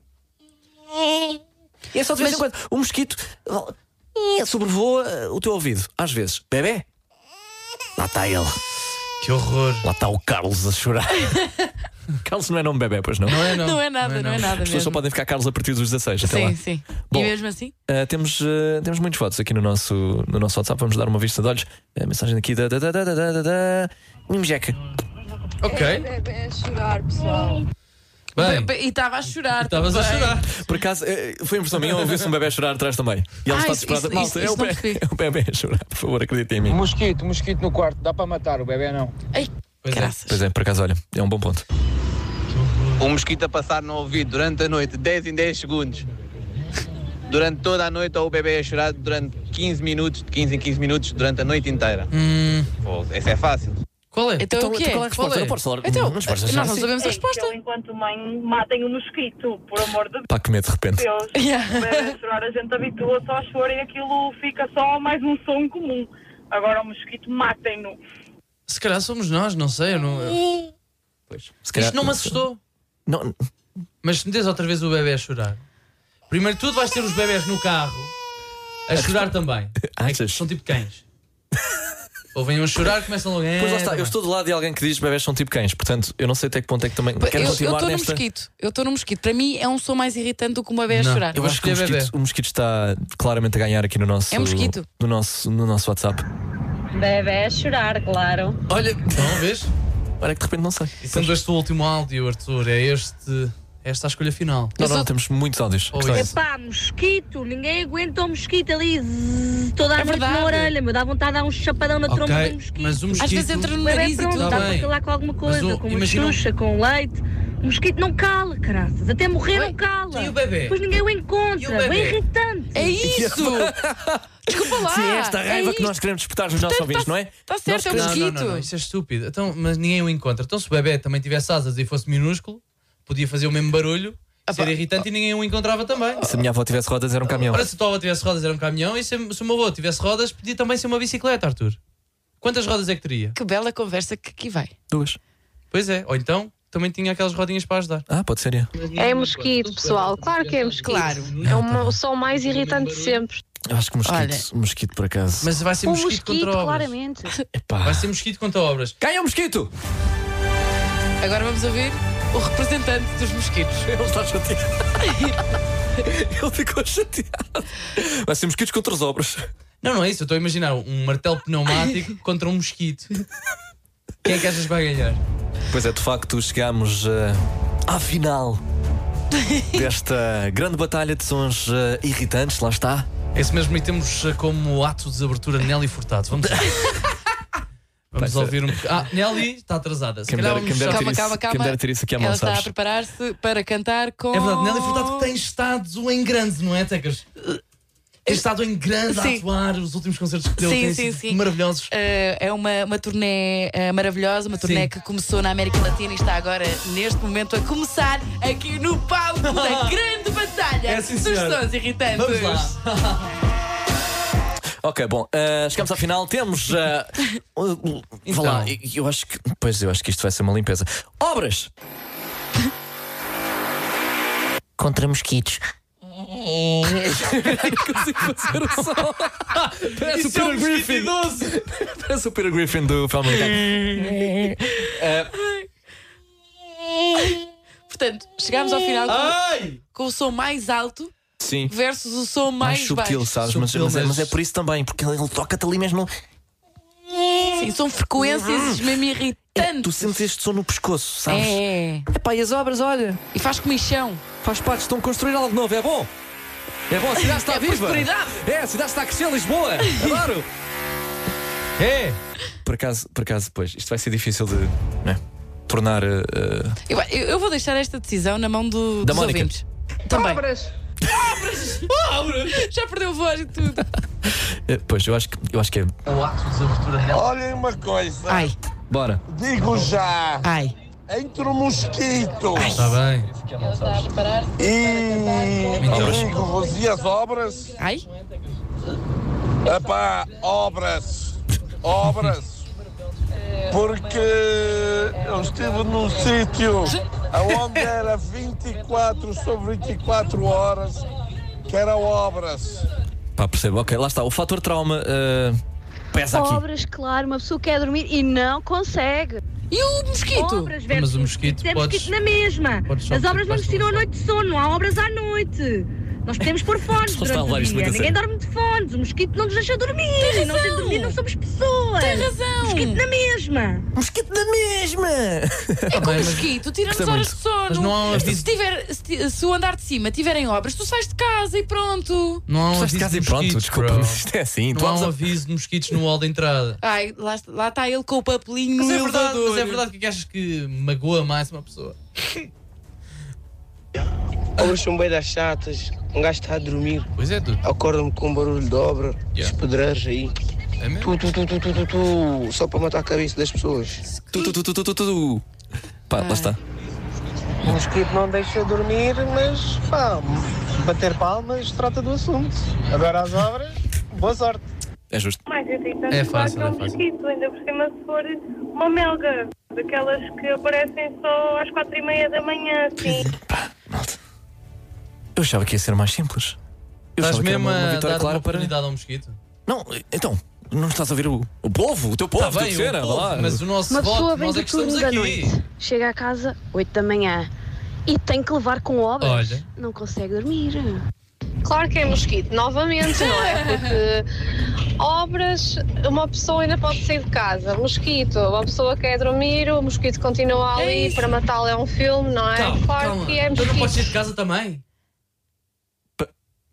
E é só de vez em quando. O mosquito. sobrevoa eh, o teu ouvido, às vezes. Bebê? Lá está ele.
Que horror.
Lá está o Carlos a chorar. Carlos não é nome bebê, pois não?
Não é, não.
Não é nada, não é
As
nada
pessoas só
mesmo.
podem ficar Carlos a partir dos 16, até lá.
Sim, sim.
Bom,
E mesmo assim?
Uh, temos, uh, temos muitos votos aqui no nosso, no nosso WhatsApp. Vamos dar uma vista de olhos. A mensagem aqui da. da, da, da, da, da, da- Mimjeca.
Ok.
É chorar, pessoal.
Bem.
E estava a chorar.
Estavas a
também.
chorar. Por acaso, eh, foi impressão minha, ouviu-se um bebê chorar atrás também. E ela
Ah,
está
isso-
desesperada.
isso-
Malta,
isso- isso
é, o
não
bebê,
percebi.
é o bebê a chorar, por favor, acreditem em mim.
Mosquito, mosquito no quarto, dá para matar o bebê não?
Pois é, pois é, por acaso, olha, é um bom ponto.
Um mosquito a passar no ouvido durante a noite, 10 em 10 segundos. Durante toda a noite, ou o bebê a chorar durante 15 minutos, de 15 em 15 minutos, durante a noite inteira. Pô, essa é fácil.
Qual é?
Então, o que é?
Não posso falar.
Então,
não posso
nós não
assim.
sabemos a resposta.
Eu, É, enquanto mãe, matem o mosquito, por amor de
Pá, que medo de repente.
Deus. O bebê a chorar, a gente habitua-se ao choro e aquilo fica só mais um som comum. Agora o mosquito, matem-no.
Se calhar somos nós, não sei. Eu não... eu-
calhar-
Isto não me assustou.
Não.
Mas se me des outra vez o bebê a chorar. Primeiro de tudo vais ter os bebés no carro a chorar também.
Achas?
São tipo cães. Ou venham a chorar, começam logo.
Pois lá está,
"É,
eu estou do lado de alguém que diz bebés são tipo cães, portanto, eu não sei até que ponto é que também.
Eu-
Quero
Eu
continuar
estou no
nesta.
mosquito. Eu estou no mosquito. Para mim é um som mais irritante do que um bebê a
Não,
chorar.
Eu acho que o mosquito, o mosquito está claramente a ganhar aqui no nosso,
É mosquito.
No nosso, no nosso WhatsApp.
Bebê a chorar, claro.
Olha, não então, vês?
Olha é que de repente não sei.
E sendo este o último áudio, Arthur, é este, esta a escolha final.
Não, não, temos muitos áudios.
Oh,
Que tal isso?
Epá, mosquito, ninguém aguenta o mosquito ali zzz, toda a noite na
É verdade.
orelha, meu. Dá vontade de dar um chapadão na
Ok,
tromba do mosquito.
mas o um mosquito- Às vezes entra no
Bem, bem,
nariz e
pronto,
tudo.
Dá
Tá
para
bem.
calar com alguma coisa,
Mas o-
com uma
imagina um-
xuxa, com leite. O mosquito não cala, caraças. Até morrer não cala.
e o bebê?
Depois ninguém o
E o
encontra.
bebê?
Bem irritante.
É isso! Desculpa lá!
Sim, é esta raiva que nós queremos despertar nos nossos ouvintes, não é?
tá
Nós
certo, é um
queremos-
Não, não, não, isso é estúpido. Então, mas ninguém o encontra. Então, se o bebê também tivesse asas e fosse minúsculo, podia fazer o mesmo barulho, ser irritante e ninguém o encontrava também.
Se a minha avó tivesse rodas, era um caminhão.
Ora, se a tua avó tivesse rodas, era um caminhão, e se, se o meu avô tivesse rodas, podia também ser uma bicicleta, Arthur. Quantas rodas é que teria?
Que bela conversa que aqui vai.
Duas.
Pois é, ou então também tinha aquelas rodinhas para ajudar.
Ah, pode ser, é.
É mosquito, pessoal. Claro que é mosquito. Claro. É uma- o som mais irritante de sempre.
Eu acho que mosquito,
Olha.
mosquito por acaso.
Mas vai ser
um
mosquito,
mosquito,
contra obras.
claramente.
Vai ser mosquito contra obras.
Ganha o mosquito!
Agora vamos ouvir o representante dos mosquitos.
Ele está chateado. Ele ficou chateado. Vai ser mosquitos contra as obras.
Não, não é isso. Eu estou a imaginar um martelo pneumático contra um mosquito. Quem é que achas que vai ganhar?
Pois é, de facto, chegámos eh, à final desta grande batalha de sons eh, irritantes, lá está.
Esse mesmo item temos eh, como ato de abertura Nelly Furtado. Vamos lá.
Vai
Vamos
ser.
ouvir um bocado. Ah, Nelly está atrasada. Se
Quem me
calhar um
dera-
vamos
quem me dera ter
só-
isso-
Calma, calma.
Quem me dera ter isso aqui à mão,
Ela está a
sabes?
preparar-se para cantar com.
É verdade, Nelly Furtado tem estado em grande, não é, Tecas? Tem estado em grande a
Sim.
atuar. Os últimos concertos que deu
Sim,
têm
sim,
sido
sim.
maravilhosos.
Eh, é uma, uma turnê eh, maravilhosa, uma turnê
Sim.
que começou na América Latina e está agora, neste momento, a começar aqui no palco da grande batalha
É, sim,
dos
senhora.
sons irritantes.
Vamos lá. Ok, bom, eh, chegamos à final. Temos. eh, uh, uh, vá lá, eu- eu acho que. Pois, eu acho que isto vai ser uma limpeza. Obras! Contra mosquitos. consigo fazer o som. Parece o
Isso é um
Peter Griffin. Parece o Peter Griffin do Family Guy. Eh,
Portanto, chegámos ao final
Ah!
com,
Ai!
com o som mais alto
sim.
versus o som mais,
sutil,
baixo.
sabes? Mas,
Sutil,
mas é,
mas-
mas é por isso também, porque ele ele toca-te ali mesmo.
Sim, são frequências mesmo irritantes.
É, Tu sentes este som no pescoço, sabes?
É.
Epá, e as obras, olha.
E faz comichão.
Faz parte, estão a construir algo novo, é bom. É bom, a cidade está
É
viva.
prosperidade.
É, a cidade está a crescer, Lisboa. Claro. é. Por acaso, por acaso, pois, isto vai ser difícil de né, tornar. eh, eh,
Eu, eu- eu vou deixar esta decisão na mão do,
Da
dos
Mónica.
ouvintes. Também. Obras! Obras! Já perdeu voz e tudo.
eh, pois, eu acho que, eu acho que é.
O ato de desabertura dela.
Olhem uma coisa.
Bora.
Digo já.
Ai.
Entre o mosquito.
Está bem.
E amigos, e as obras?
Ai?
Epá, obras. Obras. Porque eu estive num sítio onde era 24 sobre 24 horas, que era obras.
Pá, percebo. Ok, lá está. O fator trauma eh, pesa aqui.
Obras, claro, uma pessoa quer dormir e não consegue.
E o mosquito?
Obras
Mas o mosquito
Temos
podes-
que ir na mesma.
podes só
As
meter
obras não nos
debaixo
tiram a noite de sono, não há obras à noite. Nós podemos pôr fones
Só está a
durante
levar
o
isto
dia.
muito a
Ninguém
sério.
dorme de fones. O mosquito não nos deixa dormir.
Tem
Nós temos de
razão.
dormir, não somos pessoas.
Tem razão.
Mosquito na mesma.
Mosquito na mesma.
É como
bem, mas-
mosquito, tira-nos
Gostei
horas
muito.
de sono.
Mas não há um aviso-
se, tiver, se, ti- se o andar de cima tiverem obras, tu sais de casa e pronto.
Não há um
Estás
aviso
de casa
de
e pronto,
mosquitos,
desculpa,
bro.
mas isto é assim. Tu
Não há
abres
um
a-
aviso de mosquitos no hall de entrada.
Ai, lá, lá está ele com o papelinho
Mas
no
é verdade,
elevador.
mas é verdade o que é que achas que magoa mais uma pessoa?
Obras são bem das chatas, um gajo está a dormir.
Pois é, tu.
Acorda-me com um barulho de obra, yeah. pedreiros aí.
É
Tu, tu, tu, tu, tu, tu, tu, só para matar a cabeça das pessoas.
Tu, tu, tu, tu, tu, tu, tu. Pá,
Ah.
lá está.
O mosquito não deixa dormir, mas pá, bater palmas trata do assunto. Agora as obras, boa sorte.
É justo.
Mais irritante
É
claro,
fácil,
que é
é
um
fácil.
mosquito, ainda por cima se for uma melga, daquelas que aparecem só às quatro e meia da manhã, assim.
Eu achava que ia ser mais simples. Eu
Estás
achava que era
mesmo
uma, uma
a
vitória
dar
clara
uma
para.
oportunidade ao mosquito?
Não, então, não estás a ouvir o, o povo, o teu povo,
Tá
a tua
bem, o
cena,
povo,
vá lá.
mas o nosso
Uma pessoa
voto,
vem
nós é
do
que estamos
turno da
aqui.
noite, chega a casa 8 da manhã e tem que levar com obras.
Olha.
Não consegue dormir.
Claro que é mosquito, novamente, não é? Porque obras, uma pessoa ainda pode sair de casa. Mosquito, uma pessoa quer dormir, o mosquito continua ali para matá-lo é um filme, não é?
Calma,
claro
calma.
que é
Então não
mosquito.
podes sair de casa também?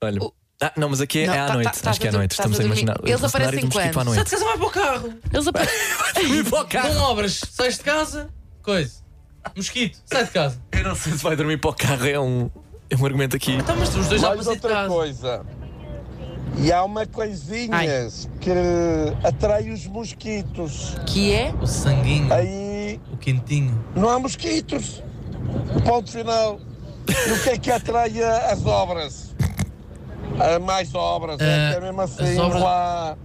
Olha. Ah, não, mas aqui é
Não,
à
tá-
noite.
tá- estás
Acho que é
a
à
dur-
noite.
estás
Estamos
a
a
dormir.
imaginar.
Eles
o cenário do
aparecem
mosquito
quando?
à
Sai
noite.
de casa, vai para o carro.
Eles aparecem.
Com obras, sais de casa, coisa. Mosquito, sai de casa.
Eu não sei se vai dormir para o carro, é um, é um argumento aqui.
Então, mas os dois já
Mais outra coisa. E há uma coisinha que atrai os mosquitos.
Que é?
O sanguinho.
Aí
O quentinho.
não há mosquitos. Ponto final. E o que é que atrai a- as obras? Há mais obras. é
Ah,
que é mesmo assim.
as obras-
Não há,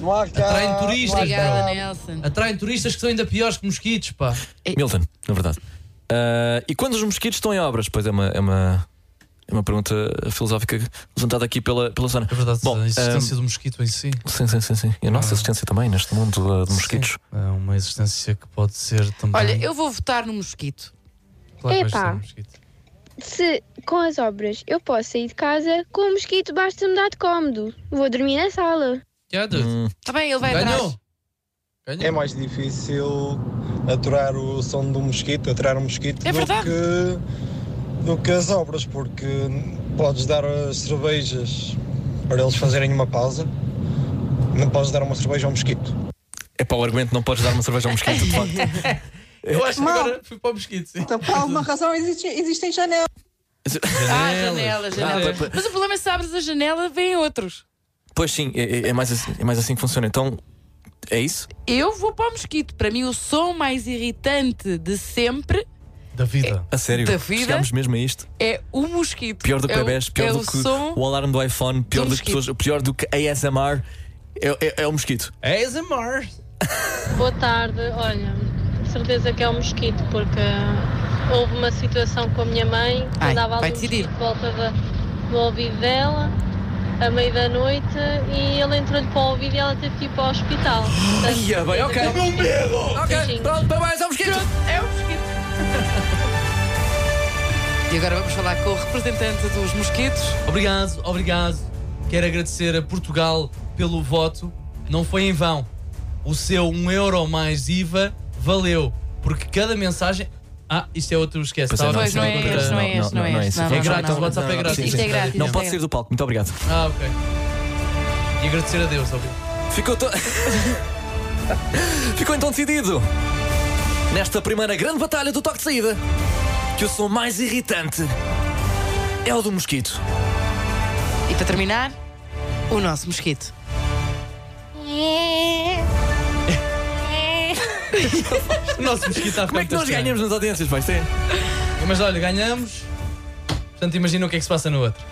não há cá.
Atraem
não há
turistas,
cá.
bro. Atraem turistas que são ainda piores que mosquitos, pá.
Milton, na verdade. Ah, e quando os mosquitos estão em obras? Pois é uma, é uma, é uma pergunta filosófica levantada aqui pela, pela Sona. É verdade, Bom,
A existência
ah,
do mosquito em si.
Sim, sim, sim, sim. E a nossa existência também neste mundo ah, de mosquitos.
É uma existência que pode ser também.
Olha, eu vou votar no mosquito.
Claro que vais
Epá.
ser mosquito.
Se com as obras eu posso sair de casa, com o mosquito basta mudar de cômodo. Vou dormir na sala.
Já,
Está Tá bem, ele vai atrás.
É mais difícil aturar o som do mosquito, aturar o mosquito
É
do,
verdade.
que, do que as obras, porque podes dar as cervejas para eles fazerem uma pausa, não podes dar uma cerveja ao mosquito.
É para o argumento, não podes dar uma cerveja ao mosquito, de facto.
Eu acho que
Mal.
agora fui para o mosquito, sim.
Então, por alguma razão, existe, existem janelas.
Ah, janela, janela.
Ah, pa- pa-
Mas o problema é se abres a janela, vêm outros.
Pois sim, é, é- é mais assim, é mais assim que funciona. Então, é isso?
Eu vou para o mosquito. Para mim, o som mais irritante de sempre
Da vida.
A sério?
Da vida?
Chegámos mesmo a isto?
é o mosquito.
Pior do que
é o-
bebés, pior
é
do
o
que
som.
o alarme do iPhone, pior do,
do
que
mosquito.
pessoas, pior do que ASMR. É, é, é o mosquito.
ASMR?
Boa tarde, olha, certeza que é o mosquito, porque eh, houve uma situação com a minha mãe, que
Ai,
andava
vai
ali um
decidir.
mosquito de volta da- do ouvido dela, a meio da noite, e ele entrou-lhe para o ouvido e ela teve que ir para o hospital. um
Ai, é bem, ok. Meu medo!
Ok,
pronto, parabéns, é o mosquito!
É o mosquito. E agora vamos falar com o representante dos mosquitos.
Obrigado, obrigado. Quero agradecer a Portugal pelo voto. Não foi em vão. O seu 1 euro mais IVA valeu. Porque cada mensagem. Ah, isto é outro, esquece.
Pois é,
Estava a
não, isso é
pensar
outra
noutra-
coisa. isso.
É grátis, o WhatsApp é
não, não,
grátis.
sim, sim. Não pode sair do palco, muito obrigado.
Ah, ok. E agradecer a Deus, óbvio.
Ficou, to... Ficou então decidido. Nesta primeira grande batalha do toque de saída, que o som mais irritante é o do mosquito.
E para terminar, o nosso mosquito.
O nosso mosquito está a
Como é que nós ganhamos nas audiências, vai ser?
Mas olha, ganhamos. Portanto, imagina o que é que se passa no outro.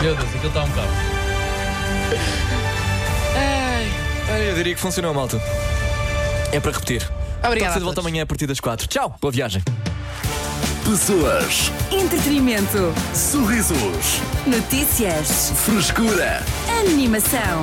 Meu Deus, aquilo está um bocado.
Ah, Eu diria que funcionou, malta. É para repetir.
Obrigada
Toque de
a
volta amanhã a partir das 4. Tchau, boa viagem. Pessoas.
Entretenimento.
Sorrisos.
Notícias.
Frescura.
Animação.